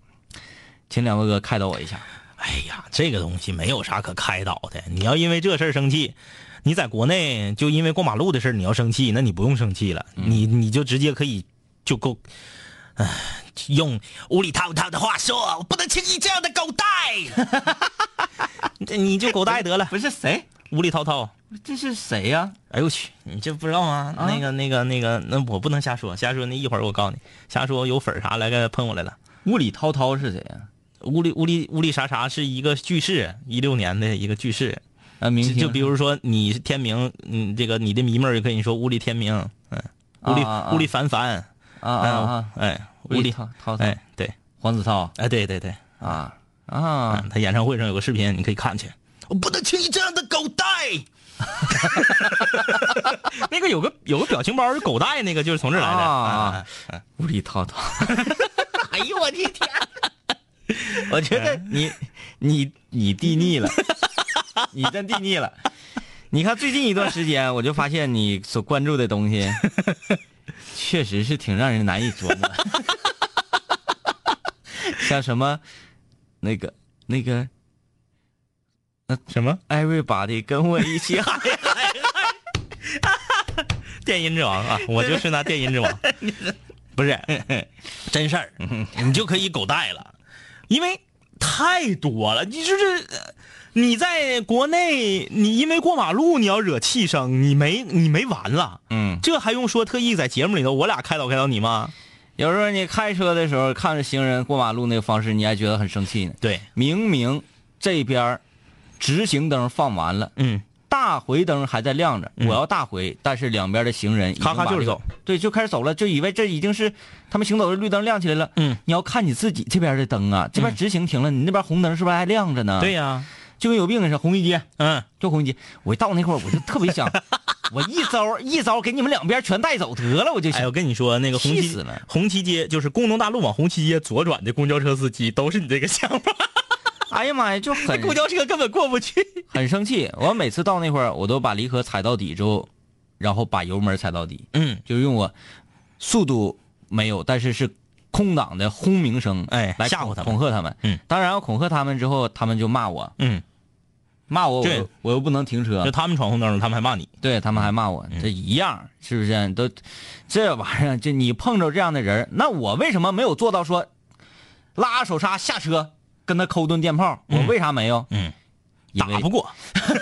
S2: 请两位哥开导我一下。
S3: 哎呀，这个东西没有啥可开导的。你要因为这事儿生气，你在国内就因为过马路的事儿你要生气，那你不用生气了，你你就直接可以就够，唉，用无理滔滔的话说，我不能轻易这样的狗带，这 你就狗带得了，
S2: 不是谁，
S3: 无理滔滔。
S2: 这是谁呀、
S3: 哎呦我去，你这不知道吗？
S2: 啊
S3: 那个那个那个，那我不能瞎说，瞎说那一会儿我告诉你，瞎说有粉儿啥来个喷我来了。
S2: 雾里滔滔是谁呀、
S3: 乌里乌里乌里啥啥是一个句式，一六年的一个句式。
S2: 啊？明
S3: 就
S2: 星
S3: 就比如说你是天明，嗯，这个你的迷妹儿就可以说屋里天明，嗯，屋里
S2: 啊啊啊
S3: 屋里凡凡，
S2: 啊啊
S3: 嗯
S2: 啊，，
S3: 哎，
S2: 雾
S3: 屋
S2: 里
S3: 里，
S2: 滔滔滔
S3: 哎，，对，
S2: 黄子韬
S3: 哎，对对对，
S2: 啊啊
S3: 嗯，他演唱会上有个视频，你可以看去。我不能轻易这样的狗带。 那个有个有个表情包是狗带，那个就是从这儿来的。
S2: 啊
S3: 啊
S2: 雾里滔滔。 哎呦我的天！ 我觉得你你你地腻 了，你真地腻了。你看最近一段时间，我就发现你所关注的东 西，确实是挺让人难以琢 磨。像什么那个那个
S4: 什么？
S2: everybody 跟我一起 喊，
S3: 电音之王啊，我就是那电音之王，不是真事儿，你就可以狗带了，因为太多了，你就是。呃你在国内，你因为过马路你要惹气生，你没你没完了，
S2: 嗯，
S3: 这还用说特意在节目里头我俩开导开导你吗？
S2: 有时候你开车的时候看着行人过马路那个方式，你还觉得很生气呢。
S3: 对，
S2: 明明这边儿直行灯放完了，
S3: 嗯，
S2: 大回灯还在亮着，我要大回，但是两边的行人已经
S3: 咔咔
S2: 把
S3: 就
S2: 这
S3: 是
S2: 个
S3: 走，
S2: 对，就开始走了，就以为这已经是他们行走的绿灯亮起来了。
S3: 嗯，
S2: 你要看你自己这边的灯啊，这边直行停了，你那边红灯是不是还亮着呢？
S3: 对，呀、
S2: 就跟有病似啊的，红一街
S3: 嗯，
S2: 就红一街，我一到那块儿我就特别想，我一招一招给你们两边全带走得了，我就
S3: 哎，
S2: 想。
S3: 我跟你说，那个红
S2: 气
S3: 旗
S2: 死了
S3: 红旗街就是工农大路往红旗街左转的公交车司机都是你这个想法，
S2: 哎呀妈呀， 就很
S3: 公交车根本过不去。
S2: 很生气。我每次到那块儿，我都把离合踩到底之后，然后把油门踩到底，
S3: 嗯，
S2: 就是用我速度没有，但是是空档的轰鸣声，
S3: 哎
S2: 来
S3: 吓
S2: 恐
S3: 唬他们
S2: 恐吓他们。
S3: 嗯，
S2: 当然我恐吓他们之后，他们就骂我，
S3: 嗯，啊
S2: 骂我，我
S3: 对
S2: 又我又不能停车
S3: 就，嗯他们闯红灯了，他们还骂你。
S2: 对他们还骂我，这一样是不是？都这玩意儿，就你碰着这样的人儿，那我为什么没有做到说拉手刹下车跟他抠顿电炮？我为啥没有？
S3: 嗯，
S2: 因为
S3: 打不过，
S2: 啊
S3: 人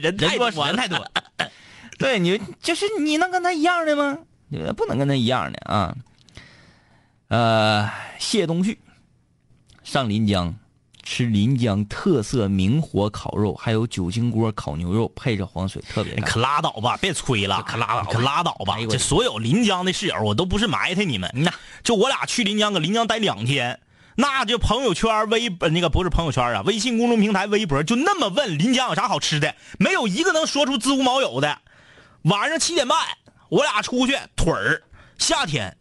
S2: 人啊
S3: 太
S2: 多
S3: 多，
S2: 人
S3: 人太多。
S2: 对你就是你能跟他一样的吗？你不能跟他一样的啊。呃，谢东旭上临江吃临江特色明火烤肉，还有酒精锅烤牛肉，配着黄水，特别
S3: 你
S2: 干
S3: 可拉倒吧，别吹了，可拉倒，可拉倒吧
S2: 哎呦。我
S3: 这所有临江的室友，我都不是埋汰你们。那就我俩去临江，搁临江待两天，那就朋友圈、微呃那个不是朋友圈啊，微信公众平台、微博就那么问临江有啥好吃的，没有一个能说出子午卯酉的。晚上七点半，我俩出去腿儿，夏天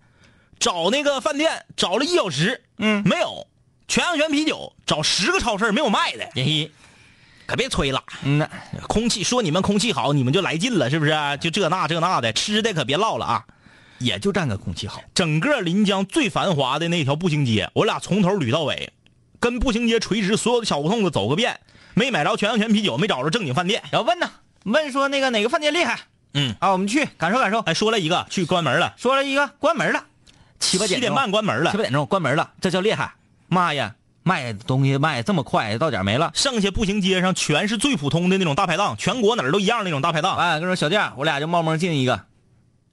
S3: 找那个饭店找了一小时，嗯，没有。全羊泉啤酒找十个超市没有卖的，
S2: 便宜。
S3: 哎可别吹了。
S2: 嗯呐，
S3: 空气说你们空气好，你们就来劲了，是不是、啊就这那这那的，吃的可别唠了啊！
S2: 也就占个空气好。
S3: 整个临江最繁华的那条步行街，我俩从头捋到尾，跟步行街垂直所有的小胡同子走个遍，没买着全羊泉啤酒，没找着正经饭店。
S2: 然后问呢，问说那个哪个饭店厉害
S3: 嗯，
S2: 啊？我们去感受感受。
S3: 哎，说了一个去关门了，
S2: 说了一个关门了，七八点
S3: 七
S2: 钟
S3: 点半关门了
S2: 七八，点钟关门了，这叫厉害。妈呀，卖东西卖这么快，到点儿没了。
S3: 剩下步行街上全是最普通的那种大排档，全国哪儿都一样的那种大排档，
S2: 啊，跟说小店儿，我俩就冒蒙进一个，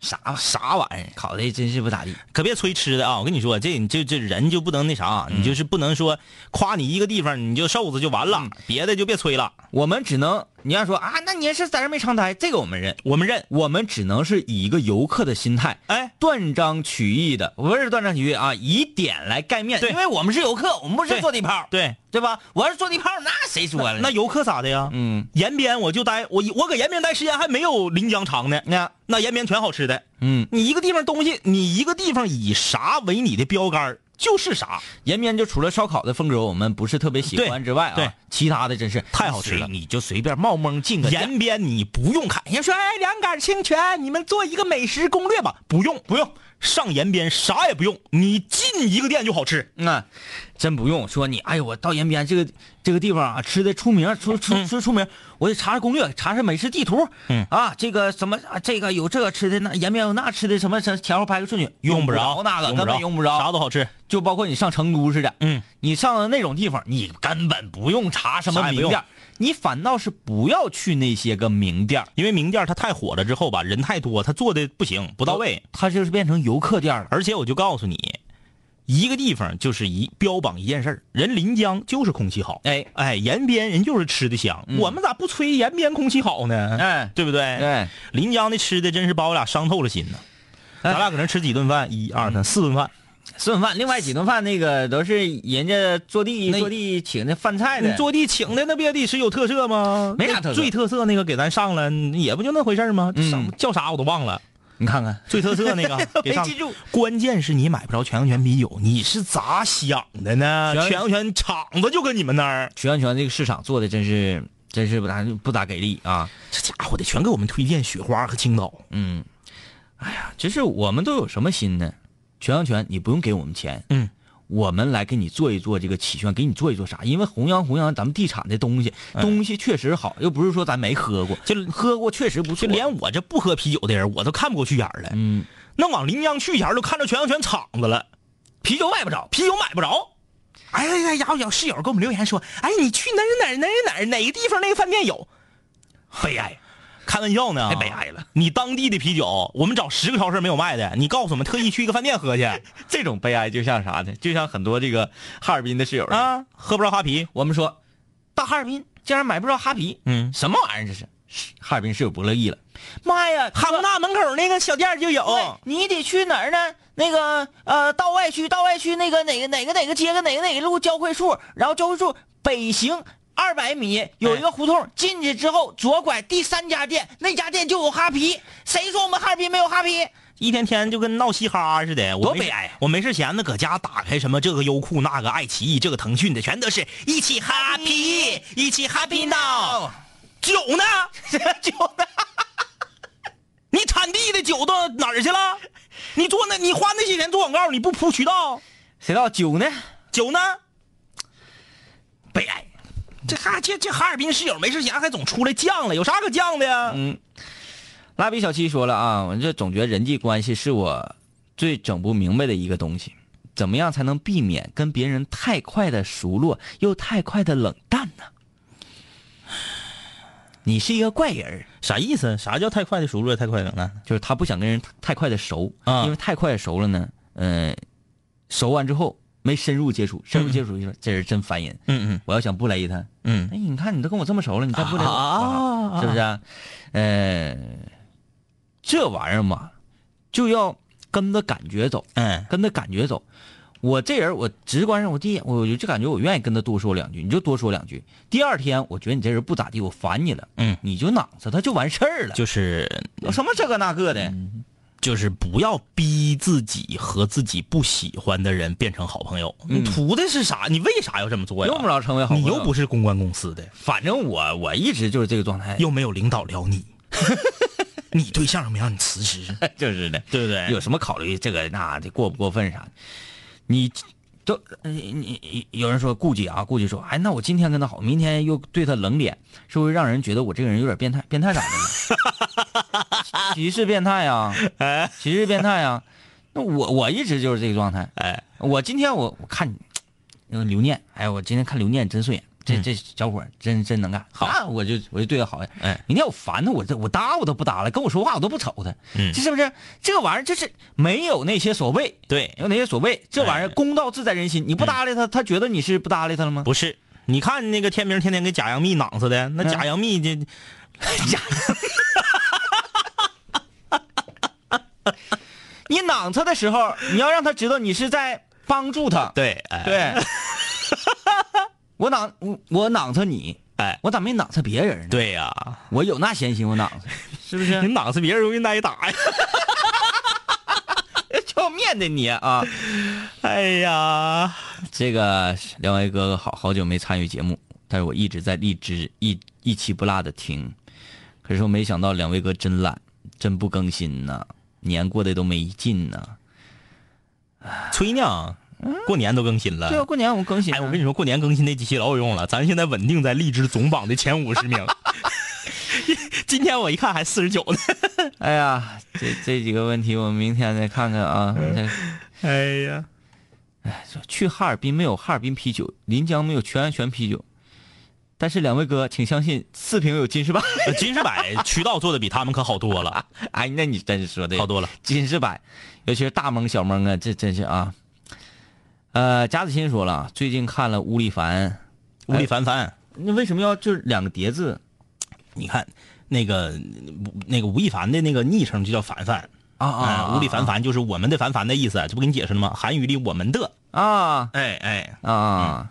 S2: 啥啥玩意儿，考的真是不咋地。
S3: 可别吹吃的啊！我跟你说，这你这这人就不能那啥，
S2: 嗯
S3: 你就是不能说夸你一个地方你就瘦子就完了，别的就别吹了。
S2: 我们只能你要说啊，那你是在这儿没长待，这个我们认，
S3: 我们认，
S2: 我们只能是以一个游客的心态，
S3: 哎，
S2: 断章取义的，不是断章取义啊，以点来盖面，
S3: 对
S2: 因为我们是游客，我们不是
S3: 对
S2: 坐地炮，
S3: 对，
S2: 对吧？我要是坐地炮，那谁说了？
S3: 那游客咋的呀？
S2: 嗯，
S3: 延边我就待我我搁延边待时间还没有临江长呢，
S2: 那
S3: 那延边全好吃的。
S2: 嗯，
S3: 你一个地方东西，你一个地方以啥为你的标杆儿就是啥。
S2: 延边就除了烧烤的风格我们不是特别喜欢
S3: 对
S2: 之外啊，
S3: 对
S2: 其他的真是
S3: 太好吃了
S2: 你就随便冒蒙进个店
S3: 延边你不用看，人家说哎两杆清泉，你们做一个美食攻略吧，不用不用，上延边啥也不用，你进一个店就好吃。
S2: 那、真不用说你，哎呦，我到延边这个这个地方啊，吃的出名，出出出出名，我得查查攻略，查查美食地图，
S3: 嗯
S2: 啊，这个什么啊，这个有这个吃的，那延边有那吃的，什么什么前后排个顺序，用
S3: 不
S2: 着那个，根本用不着，
S3: 啥都好吃。
S2: 就包括你上成都似的，
S3: 嗯，
S2: 你上了那种地方，你根本不用查什么
S3: 啥也
S2: 名
S3: 不用
S2: 店儿，你反倒是不要去那些个名店儿
S3: 因为名店它太火了之后吧，人太多，它做的不行，不到位。，
S2: 它就是变成游客店儿了。
S3: 而且我就告诉你，一个地方就是一标榜一件事儿，人临江就是空气好，
S2: 哎
S3: 哎，延边人就是吃的香，我们咋不吹延边空气好呢？
S2: 嗯哎
S3: 对不对？
S2: 哎，
S3: 临江的吃的真是把我俩伤透了心呢。
S2: 哎嗯
S3: 咱俩搁那吃几顿饭？一二三，四顿饭。
S2: 四顿饭，另外几顿饭那个都是人家坐地
S3: 那
S2: 坐地请的饭菜
S3: 你
S2: 的，
S3: 坐地请的那不也得是有特色吗？
S2: 没啥特色
S3: 最特色那个给咱上了，也不就那回事儿吗？
S2: 嗯
S3: 上叫啥我都忘了。
S2: 你看看，
S3: 最特色那 个
S2: 没
S3: 别上
S2: 记住。
S3: 关键是你买不着全羊泉啤酒，你是咋想的呢？
S2: 全
S3: 全羊泉厂子就搁你们那儿，
S2: 曲安泉这个市场做的真是真是不咋不咋给力啊。
S3: 这家伙的全给我们推荐雪花和青岛。
S2: 嗯，哎呀，其实我们都有什么心呢？全羊泉，你不用给我们钱，
S3: 嗯，
S2: 我们来给你做一做这个起宣，给你做一做啥？因为弘扬弘扬咱们地产的东西，东西确实好，又不是说咱没喝过，
S3: 嗯就
S2: 喝过确实不
S3: 就
S2: 错。
S3: 连我这不喝啤酒的人，我都看不过去眼儿了。
S2: 嗯，
S3: 那往临江去前儿都看着全羊泉厂子了，啤酒买不着，啤酒买不着。哎呀呀，有有室友给我们留言说，哎，你去哪儿哪儿哪儿哪儿哪个地方那个饭店有？悲哀， 开玩笑呢，
S2: 太悲哀了。
S3: 你当地的啤酒，我们找十个超市没有卖的，你告诉我们特意去一个饭店喝去
S2: 这种悲哀就像啥呢？就像很多这个哈尔滨的室友啊，
S3: 啊，喝不着哈啤。
S2: 我们说到哈尔滨竟然买不着哈啤，
S3: 嗯，
S2: 什么玩意儿这是？是哈尔滨室友不乐意了，妈呀，
S3: 哈工大门口那个小店就
S2: 对
S3: 有，，
S2: 你得去哪儿呢？那个呃，到外区，到外区那个哪个哪个哪个街跟哪个哪个路交汇处，然后交汇处北行二百米
S3: 哎
S2: 有一个胡同，进去之后左拐第三家店，那家店就有哈啤。谁说我们哈尔滨没有哈啤？
S3: 一天天就跟闹嘻哈似的，我
S2: 多
S3: 没
S2: 悲哀啊
S3: 我没事闲的搁家打开什么这个优酷、那个爱奇艺、这个腾讯的，全都是一起哈皮，一起哈皮闹。酒 呢？酒呢？ 你产地的酒到哪儿去了？你做那，你花那些钱做广告，你不铺渠道？
S2: 谁道酒呢？
S3: 酒呢？悲哀。这哈这这哈尔滨室友没事闲还总出来犟了，有啥可犟的呀？
S2: 嗯蜡笔小七说了啊，我这总觉得人际关系是我最整不明白的一个东西，怎么样才能避免跟别人太快的熟络又太快的冷淡呢？你是一个怪人儿，
S3: 啥意思？啥叫太快的熟络，太快冷淡？
S2: 就是他不想跟人太太快的熟，
S3: 啊
S2: 因为太快熟了呢，呃，熟完之后没深入接触，深入接触就说、这人真烦人，
S3: 嗯嗯
S2: 我要想不勒他，
S3: 嗯，
S2: 哎，你看你都跟我这么熟了，你再不勒我，
S3: 啊
S2: 是不是、啊？呃，这玩意儿嘛，就要跟着感觉走，
S3: 嗯
S2: 跟着感觉走。我这人，我直观上，我第一眼我就感觉我愿意跟他多说两句，你就多说两句。第二天，我觉得你这人不咋地，我烦你了，
S3: 嗯，
S2: 你就囊着他就完事儿了，
S3: 就是
S2: 有什么这个那个的，
S3: 就是不要逼自己和自己不喜欢的人变成好朋友。你图的是啥？你为啥要这么做呀？
S2: 嗯用不着成为好朋友。
S3: 你又不是公关公司的，
S2: 反正我我一直就是这个状态，
S3: 又没有领导聊 你，你对象没让你辞职，
S2: 就是的，
S3: 对不对？
S2: 有什么考虑这个那的过不过分啥的，你都呃你你有人说顾忌啊，顾忌说，哎，那我今天跟他好，明天又对他冷脸，是不是让人觉得我这个人有点变态？变态咋的呢？ 歧视变态啊，歧视变态啊！那我我一直就是这个状态，
S3: 哎，
S2: 我今天我我看你，那个刘念，哎，我今天看刘念真顺眼，这这小伙儿真真能干，好，我就我就对他好呀。
S3: 哎，
S2: 明天我烦他，我这我搭我都不搭了，跟我说话我都不瞅他，
S3: 嗯
S2: 这是不是？这玩意儿就是没有那些所谓，
S3: 对，
S2: 没有那些所谓，这玩意儿
S3: 哎
S2: 公道自在人心，你不搭理他，他觉得你是不搭理他了吗？
S3: 不是。你看那个天明天天给贾杨幂囊似的，那贾杨幂这、贾，
S2: 你囊他的时候，你要让他知道你是在帮助他。
S3: 对，哎，
S2: 对，我囊我我囊他你，
S3: 哎，
S2: 我咋没囊他别人呢？，
S3: 对呀、
S2: 我有那闲心我囊他，是不
S3: 你
S2: 是？
S3: 囊死别人容易挨打 呀！
S2: 要面的你 啊！
S3: 哎呀，
S2: 这个两位哥哥好好久没参与节目，但是我一直在荔枝一一期不落的听，可是我没想到两位哥真懒，真不更新呐，年过得都没劲呐。
S3: 吹呢，过年都更新了。
S2: 对啊，过年我更新啊、
S3: 哎，我跟你说，过年更新那几期老有用了，咱现在稳定在荔枝总榜的前五十名。 今天我一看还四十九呢。
S2: 哎呀，这这几个问题我们明天再看看啊。再哎
S3: 哎呀，
S2: 去哈尔滨没有哈尔滨啤酒，临江没有全安全啤酒，但是两位哥，请相信四平有金士百。
S3: 呃金士百渠道做的比他们可好多 了，
S2: 哎，那你真是说的
S3: 好多了。
S2: 金士百，尤其是大蒙小蒙啊，这真是啊。呃，贾子欣说了，最近看了乌力凡，
S3: 屋里凡凡，
S2: 那为什么要就是两个叠字
S3: 你看那个那个吴亦凡的那个昵称就叫凡凡
S2: 啊
S3: 哎
S2: 啊？
S3: 吴里凡凡就是我们的凡凡的意思，这不给你解释了吗？韩语里我们的，
S2: 啊
S3: 哎哎，
S2: 啊啊！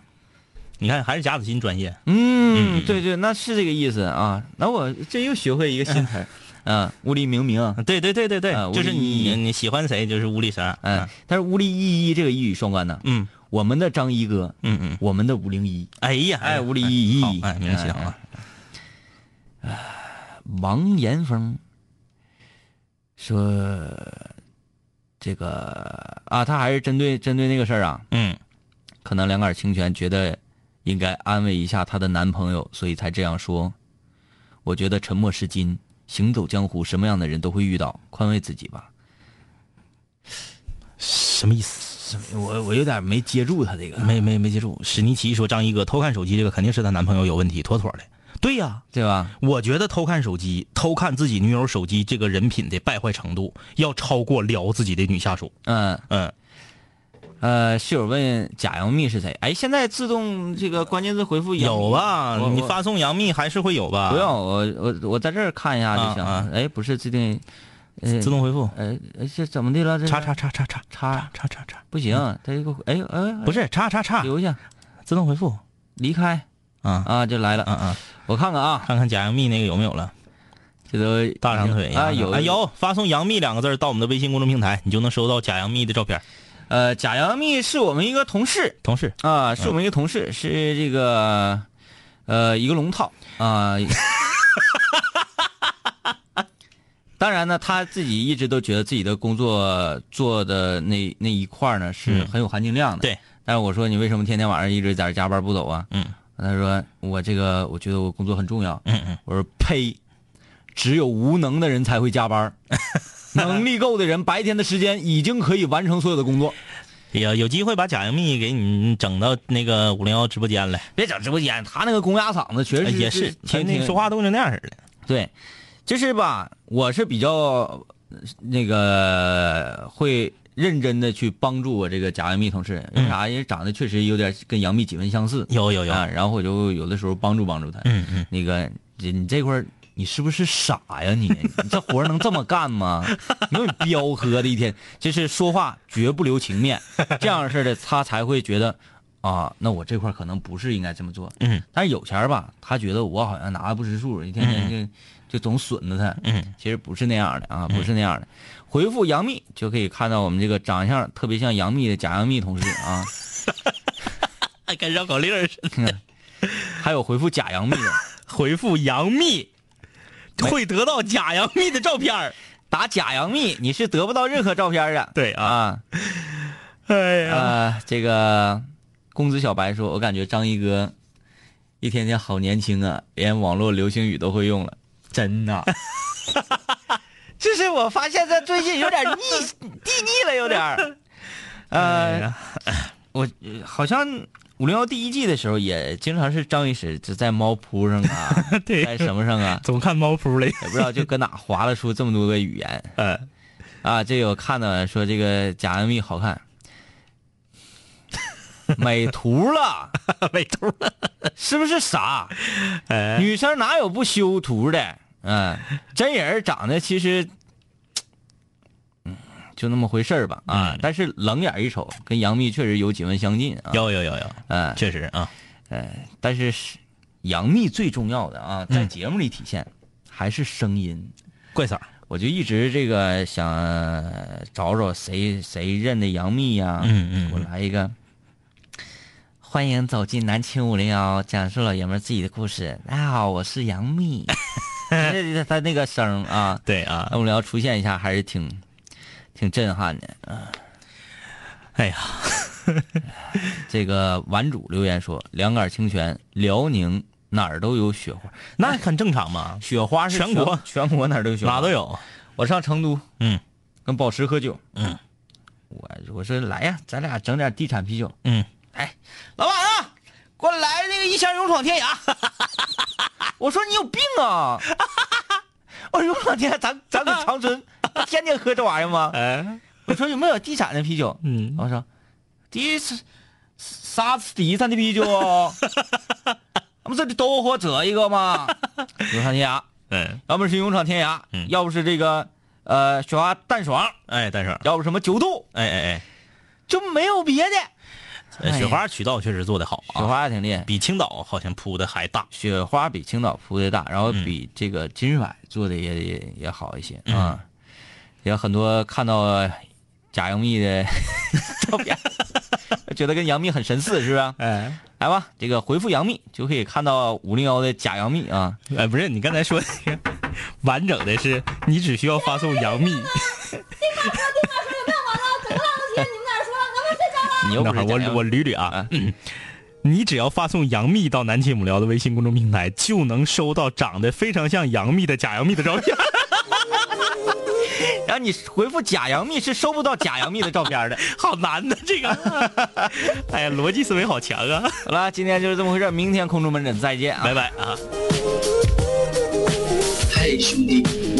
S3: 你看还是贾子欣专业。
S2: 嗯，对对，那是这个意思啊。那我这又学会一个新词儿，嗯，乌力明明，
S3: 对对对对对，
S2: 啊
S3: 就是
S2: 屋里一
S3: 你你喜欢谁就是屋里啥，
S2: 嗯，但是乌力一一这个一语双关呢，
S3: 嗯
S2: 我们的张一哥，
S3: 嗯嗯，
S2: 我们的五零一，
S3: 哎呀，
S2: 哎，
S3: 呀
S2: 五零一
S3: 好
S2: 一，
S3: 哎，明显了，
S2: 王岩峰说：“这个啊，他还是针对针对那个事儿啊，
S3: 嗯，
S2: 可能两杆清泉觉得应该安慰一下她的男朋友，所以才这样说。我觉得沉默是金，行走江湖，什么样的人都会遇到，宽慰自己吧。
S3: 什么意思？
S2: 我我有点没接住他这个，
S3: 没没没记住。史尼奇说张一哥偷看手机这个肯定是她男朋友有问题，妥妥的。对呀、
S2: 对吧？
S3: 我觉得偷看手机、偷看自己女友手机这个人品的败坏程度，要超过撩自己的女下属。
S2: 嗯
S3: 嗯，
S2: 呃，室友问贾杨幂是谁？哎，现在自动这个关键字回复杨幂
S3: 有吧
S2: 我？
S3: 你
S2: 我
S3: 发送杨幂还是会有吧？
S2: 不用，我我我在这儿看一下就行。
S3: 啊啊
S2: 哎，不是自定，呃，
S3: 自动回复，
S2: 呃，呃这怎么的了？这
S3: 叉叉叉叉叉
S2: 叉
S3: 嗯叉叉叉，
S2: 不行，他这个哎哎，
S3: 嗯不是叉叉叉，
S2: 留下
S3: 自动回复。
S2: 离开
S3: 啊
S2: 啊，就来了。
S3: 嗯嗯，
S2: 我看看啊，
S3: 看看贾杨幂那个有没有了？
S2: 这都
S3: 大长腿
S2: 啊，有
S3: 哎有发送“杨幂”两个字儿到我们的微信公众平台，你就能收到贾杨幂的照片。
S2: 呃，贾杨幂是我们一个同事
S3: 同事，
S2: 啊，是我们一个同事，是这个呃一个龙套啊。当然呢，他自己一直都觉得自己的工作做的那那一块儿呢是
S3: 嗯
S2: 很有含金量的。
S3: 对，
S2: 但是我说你为什么天天晚上一直在这加班不走啊？
S3: 嗯，
S2: 他说我这个我觉得我工作很重要。
S3: 嗯嗯，
S2: 我说呸，只有无能的人才会加班 儿，能力够的人白天的时间已经可以完成所有的工作。
S3: 有有机会把贾杨幂给你整到那个五零幺直播间来，
S2: 别整直播间，他那个公鸭嗓子确实
S3: 哎也是，她
S2: 挺
S3: 那个说话都成那样似的。
S2: 对，就是吧，我是比较呃那个会认真的去帮助我这个贾杨幂同事，为啥？因为长得确实有点跟杨幂几分相似，
S3: 有有有，
S2: 啊，然后我就有的时候帮助帮助她。
S3: 嗯嗯，
S2: 那个你你这块儿你是不是傻呀你？你这活儿能这么干 吗？你有点彪喝的一天，就是说话绝不留情 面，这样式的他才会觉得啊，那我这块儿可能不是应该这么做。
S3: 嗯，
S2: 但是有钱儿吧，他觉得我好像拿的不识数，一天天就、就总损着他。
S3: 嗯，
S2: 其实不是那样的啊，不是那样的。回复杨幂就可以看到我们这个长相特别像杨幂的贾杨幂同事 啊。
S3: 哎跟绕口令儿似的。
S2: 还有回复假杨幂的，
S3: 回复杨幂，会得到贾杨幂的照片儿。
S2: 打假杨幂你是得不到任何照片儿的。
S3: 对啊，
S2: 啊
S3: 哎呀，
S2: 啊，这个公子小白说，我感觉张一哥一天天好年轻啊，连网络流行语都会用了，真呐、这是我发现他最近有点腻地腻了，有点儿。
S3: 哎
S2: 呃，我呃好像五零幺第一季的时候也经常是张一石就在猫扑上啊，
S3: 对
S2: 在什么上啊，
S3: 哎总看猫扑嘞。
S2: 也不知道就搁哪划拉出这么多个语言。
S3: 嗯，
S2: 啊，这个我看到了，说这个贾杨幂好看， 美图了，
S3: 美图了，
S2: 是不是傻？
S4: 哎
S2: 女生哪有不修图的？嗯，真人长得其实，嗯，就那么回事儿吧啊。但是冷眼一瞅，跟杨幂确实有几分相近啊。
S3: 有有有有，
S2: 嗯，
S3: 确实啊，
S2: 但是是杨幂最重要的啊，在节目里体现、还是声音。
S3: 怪嫂儿，
S2: 我就一直这个想呃找找谁谁认得杨幂呀、
S3: 嗯嗯
S2: 我来一个。欢迎走进南青五零幺，讲述老爷们儿自己的故事。大家好，我是杨 幂。他他那个声儿啊，
S3: 对啊，
S2: 五零幺出现一下还是挺挺震撼的。
S3: 哎呀，
S2: 这个玩主留言说，两杆清泉，辽宁哪儿都有雪花，
S3: 那很正常嘛，
S2: 雪花是
S3: 全国
S2: 全国哪儿都有雪花，
S3: 哪都有，
S2: 我上成都，
S3: 嗯，
S2: 跟宝石喝酒，嗯，我我说来呀，咱俩整点地产啤酒，
S3: 嗯，
S2: 哎，老板啊，给我来那个一箱勇闯天涯。 我说你有病啊！ 我说勇闯天涯，咱咱搁长春，天天喝这玩意儿吗？
S3: 哎，
S2: 我说有没有地产的啤酒？
S3: 嗯
S2: 我说第一次啥地产的啤 酒啊？我们这里都喝这一个嘛，勇闯天涯。
S3: 嗯，
S2: 要么是勇闯天涯，
S3: 嗯
S2: 要不是这个呃雪花淡爽，
S3: 哎，但是，
S2: 要不什么九度，
S3: 哎哎
S2: 就没有别的。
S4: 呃
S3: 哎，
S2: 哎
S3: 雪花渠道确实做得好
S2: 雪
S3: 啊，
S2: 花挺厉害，
S3: 比青岛好像铺的还大，
S2: 雪花比青岛铺的大，然后
S3: 嗯
S2: 比这个金瑞百做的也也也好一些啊。也有很多看到贾杨幂的 照片，觉得跟杨幂很神似，是不是？
S3: 哎
S2: 来吧，这个回复杨幂就可以看到五零幺的贾杨幂啊。
S4: 哎，不是，你刚才说那个完整的是，你只需要发送杨幂，
S2: 你又
S4: 那
S2: 不
S4: 会儿
S2: 是贾
S4: 我
S2: 杨
S4: 我
S2: 幂，
S4: 捋捋啊，嗯 你只要发送杨幂到南秦无聊的微信公众平台，就能收到长得非常像杨幂的假杨幂的照片。
S2: 然后你回复贾杨幂是收不到贾杨幂的照片的。
S4: 好难呐，这个， 哎呀，逻辑思维好强啊！
S2: 好了，今天就是这么回事，明天空中门诊再见啊！
S3: 拜拜啊。
S7: 嘿，兄弟，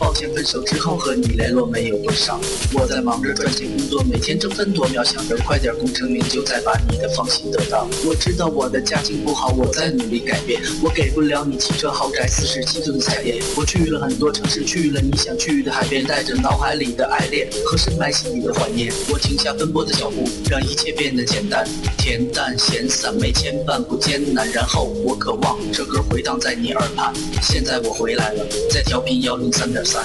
S7: 抱歉，分手之后和你联络没有多少。我在忙着赚钱工作，每天争分夺秒，想着快点功成名就，再把你的芳心得到。我知道我的家境不好，我在努力改变。我给不了你汽车豪宅、四十七寸的彩电。我去了很多城市，去了你想去的海边，带着脑海里的爱恋和深埋心底的怀念。我停下奔波的脚步，让一切变得简单、恬淡、闲散，没牵绊，不艰难。然后我渴望这歌回荡在你耳畔。现在我回来了，在调频幺零三点三。